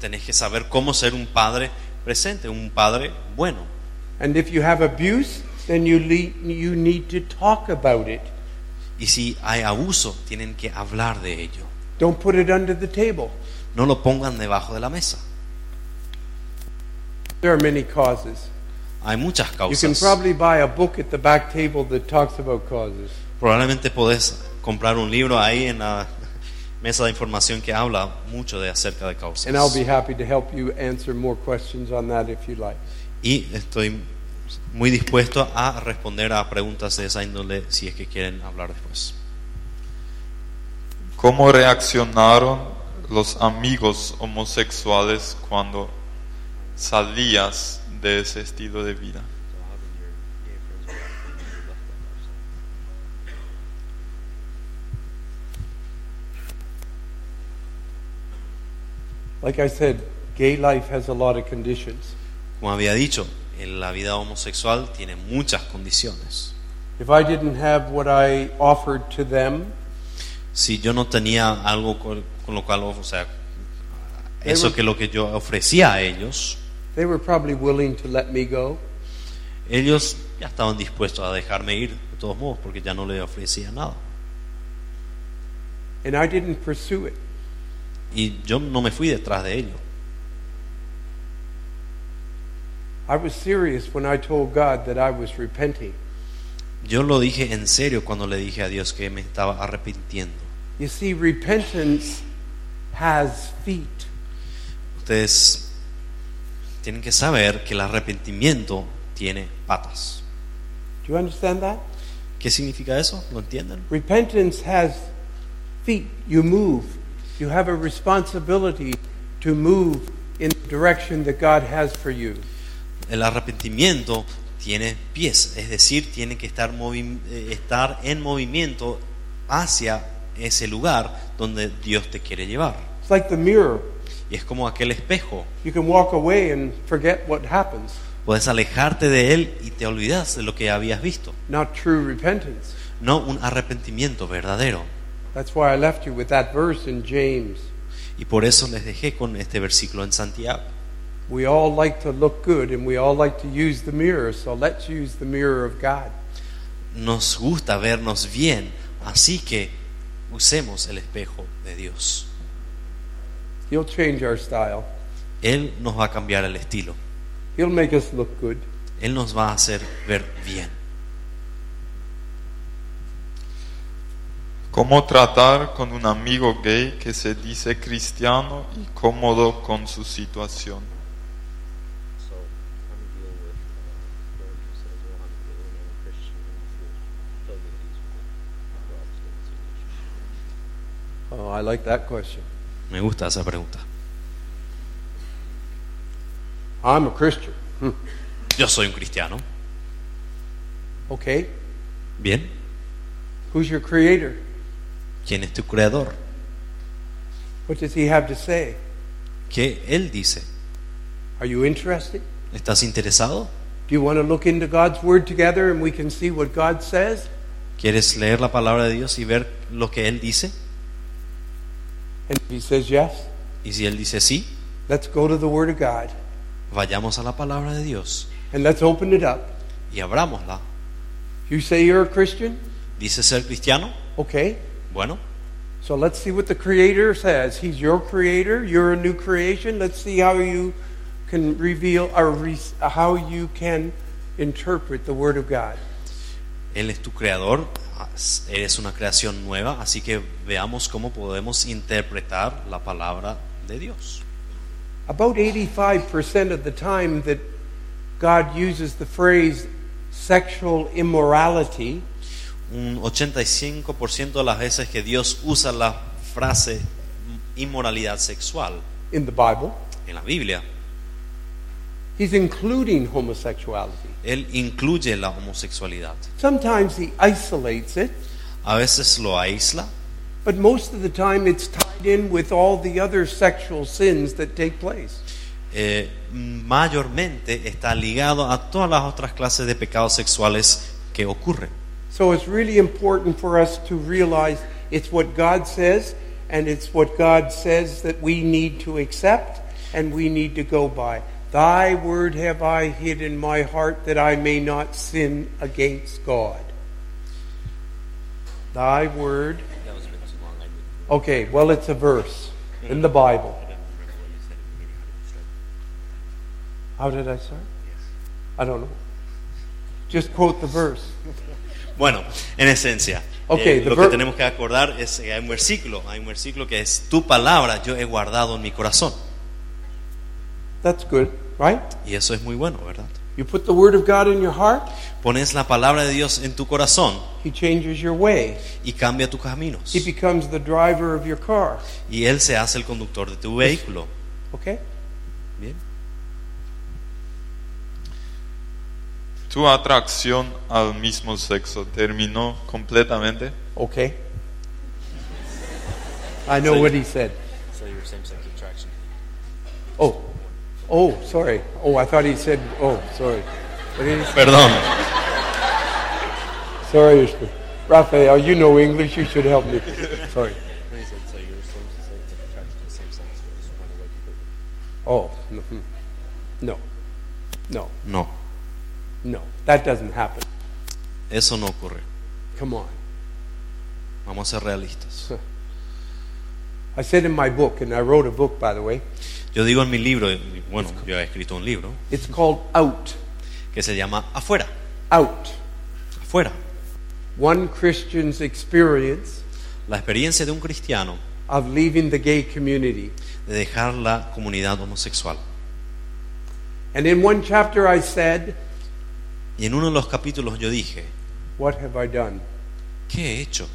tenés que saber cómo ser un padre presente, un padre bueno. And if you have abuse, then you, le- you need to talk about it. Y si hay abuso, tienen que hablar de ello. Don't put it under the table. No lo pongan debajo de la mesa. There are many causes. Hay muchas You can causas. probably buy a book at the back table that talks about causes. Probablemente podés comprar un libro ahí en la mesa de información que habla mucho de acerca de causas. And I'll be happy to help you answer more questions on that if you like. Y estoy muy dispuesto a responder a preguntas de esa índole si es que quieren hablar después. ¿Cómo reaccionaron los amigos homosexuales cuando salías de ese estilo de vida? Like I said, gay life has a lot of conditions. Como había dicho, en la vida homosexual tiene muchas condiciones. If I didn't have what I offered to them, Si yo no tenía algo con, con lo cual, o sea, eso Edward. que lo que yo ofrecía a ellos, they were probably willing to let me go. ellos ya estaban dispuestos a dejarme ir de todos modos porque ya no le ofrecía nada. And I didn't pursue it. Y yo no me fui detrás de ellos. I was serious when I told God that I was repenting. Yo lo dije en serio cuando le dije a Dios que me estaba arrepintiendo. You see, repentance has feet. Ustedes tienen que saber que el arrepentimiento tiene patas. Do you understand that? ¿Qué significa eso? ¿Lo entienden? Repentance has feet. You move. You have a responsibility to move in the direction that God has for you. El arrepentimiento tiene pies, es decir, tiene que estar, movi- eh, estar en movimiento hacia ese lugar donde Dios te quiere llevar. It's like the mirror. Y es como aquel espejo. You can walk away and forget what happens. Puedes alejarte de él y te olvidas de lo que habías visto. Not true repentance. No un arrepentimiento verdadero. That's why I left you with that verse in James. Y por eso les dejé con este versículo en Santiago. We all like to look good and we all like to use the mirror, so let's use the mirror of God. nos gusta vernos bien, así que usemos el espejo de Dios. He'll change our style. Él nos va a cambiar el estilo, He'll make us look good. Él nos va a hacer ver bien. ¿Cómo tratar con un amigo gay que se dice cristiano y cómodo con su situación? Oh, I like that question. Me gusta esa pregunta. I'm a Christian. Hmm. Yo soy un cristiano. Okay. Bien, Who's your creator? ¿quién es tu creador? What does he have to say? ¿Qué Él dice? Are you interested? ¿Estás interesado? Do you want to look into God's word together and we can see what God says? ¿Quieres leer la palabra de Dios y ver lo que Él dice? And if he says yes, Y si Él dice sí, let's go to the word of God vayamos a la palabra de Dios and let's open it up. y abrámosla. You say you're a Christian? Dice ser cristiano. Okay, Bueno, so let's see what the Creator says. He's your Creator. You're a new creation. Let's see how you can reveal or re- how you can interpret the Word of God. Él es tu creador, eres una creación nueva, así que veamos cómo podemos interpretar la palabra de Dios. About 85% of the time that God uses the phrase sexual immorality, Un 85% de las veces que Dios usa la frase inmoralidad sexual in the Bible, en la Biblia, he's including homosexuality. Él incluye la homosexualidad. Sometimes he isolates it, A veces lo aísla, but most of the time it's tied in with all the other sexual sins that take place. eh, mayormente está ligado a todas las otras clases de pecados sexuales que ocurren. So it's really important for us to realize it's what God says, and it's what God says that we need to accept and we need to go by. Thy word have I hid in my heart that I may not sin against God. Thy word. Okay, well, it's a verse in the Bible. How did I start? I don't know. Just quote the verse. Bueno, en esencia, Ok, eh, the lo ver- que tenemos que acordar es que hay un versículo, hay un versículo que es tu palabra yo he guardado en mi corazón. That's good, right? Y eso es muy bueno, ¿verdad? You put the word of God in your heart, Pones la palabra de Dios en tu corazón he changes your way. y cambia tus caminos. He becomes the driver of your car. Y Él se hace el conductor de tu vehículo. Okay? Bien. Tu atracción al mismo sexo terminó completamente. Okay. I know what he said. So your same-sex attraction. Oh. Oh, sorry. Oh, I thought he said oh, sorry. What did he say? Perdón. Sorry, Ishmael. Raphael, you know English, you should help me. Sorry. He said, so your same-sex attraction to same-sex just went away completely. Oh. mhm. No. No. No, No. That doesn't happen. eso no ocurre. Come on. Vamos a ser realistas. I said in my book, and I wrote a book by the way, Yo digo en mi libro, y bueno, yo he escrito un libro it's called Out. que se llama Afuera, Out. afuera. one Christian's experience La experiencia de un cristiano of leaving the gay community. de dejar la comunidad homosexual. And in one chapter, I said, Y en uno de los capítulos yo dije, What have I done? ¿qué he hecho?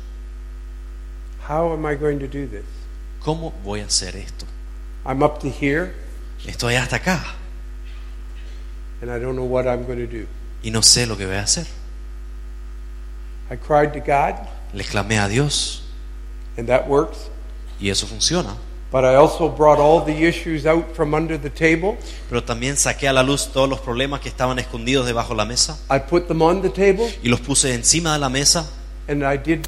How am I going to do this? ¿Cómo voy a hacer esto? I'm up to here, Estoy hasta acá and I don't know what I'm going to do. y no sé lo que voy a hacer. I cried to God, Le clamé a Dios and that works. y eso funciona. But I also brought all the issues out from under the table. Pero también saqué a la luz todos los problemas que estaban escondidos debajo de la mesa I put them on the table, y los puse encima de la mesa and I did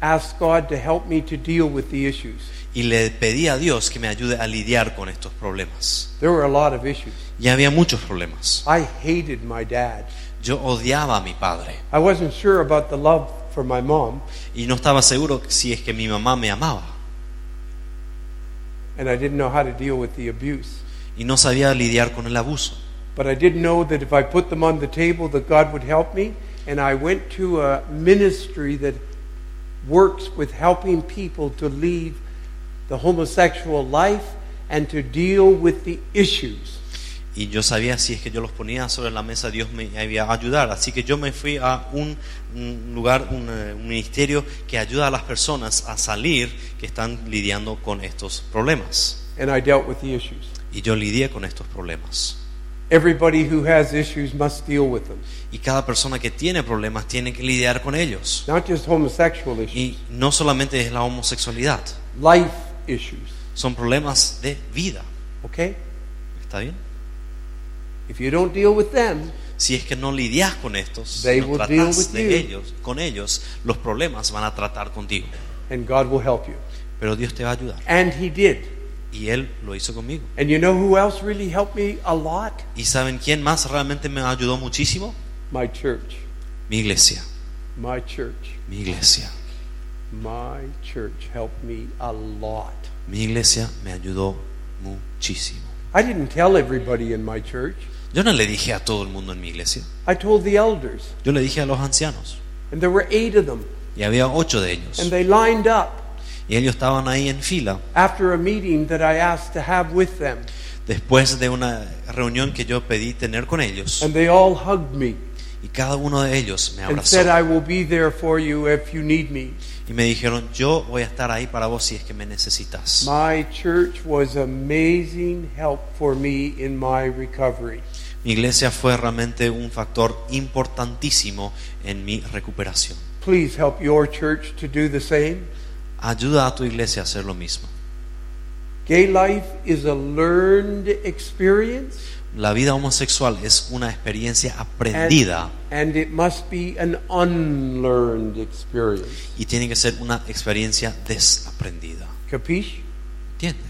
ask God to help me to deal with the issues. y le pedí a Dios que me ayude a lidiar con estos problemas. There were a lot of issues. Y había muchos problemas. I hated my dad. Yo odiaba a mi padre I wasn't sure about the love for my mom. y no estaba seguro si es que mi mamá me amaba and I didn't know how to deal with the abuse. y no sabía lidiar con el abuso. But I did know that if I put them on the table, that God would help me. And I went to a ministry that works with helping people to leave the homosexual life and to deal with the issues. Y yo sabía si es que yo los ponía sobre la mesa, Dios me iba a ayudar. Así que yo me fui a un, un lugar, un, eh, un ministerio que ayuda a las personas a salir que están lidiando con estos problemas. And I dealt with the issues. Y yo lidié con estos problemas. Everybody who has issues must deal with them, Y cada persona que tiene problemas tiene que lidiar con ellos. not just homosexual issues, Y no solamente es la homosexualidad, life issues. son problemas de vida. Okay? ¿Está bien? If you don't deal with them, Si es que no lidias con estos, They no will deal tratas with de you. ellos, con ellos, los problemas van a tratar contigo. and God will help you. Pero Dios te va a ayudar. And He did. Y él lo hizo conmigo. And you know who else really helped me a lot? ¿Y saben quién más realmente me ayudó muchísimo? My church. Mi iglesia. My church, Mi iglesia, my church helped me a lot. mi iglesia me ayudó muchísimo. I didn't tell everybody in my church. Yo no le dije a todo el mundo en mi iglesia, I told the elders, yo le dije a los ancianos. and there were eight of them, Y había ocho de ellos. and they lined up Y ellos estaban ahí en fila, after a meeting that I asked to have with them, después de una reunión que yo pedí tener con ellos. and they all hugged me Y cada uno de ellos me and abrazó. said, I will be there for you if you need me. Y me dijeron, yo voy a estar ahí para vos si es que me necesitas. My church was amazing help for me in my recovery. Mi iglesia fue realmente un factor importantísimo en mi recuperación. Please help your church to do the same. Ayuda a tu iglesia a hacer lo mismo. Gay life is a learned experience La vida homosexual es una experiencia and, aprendida and it must be an unlearned experience. y tiene que ser una experiencia desaprendida. Capiche? ¿Entiendes?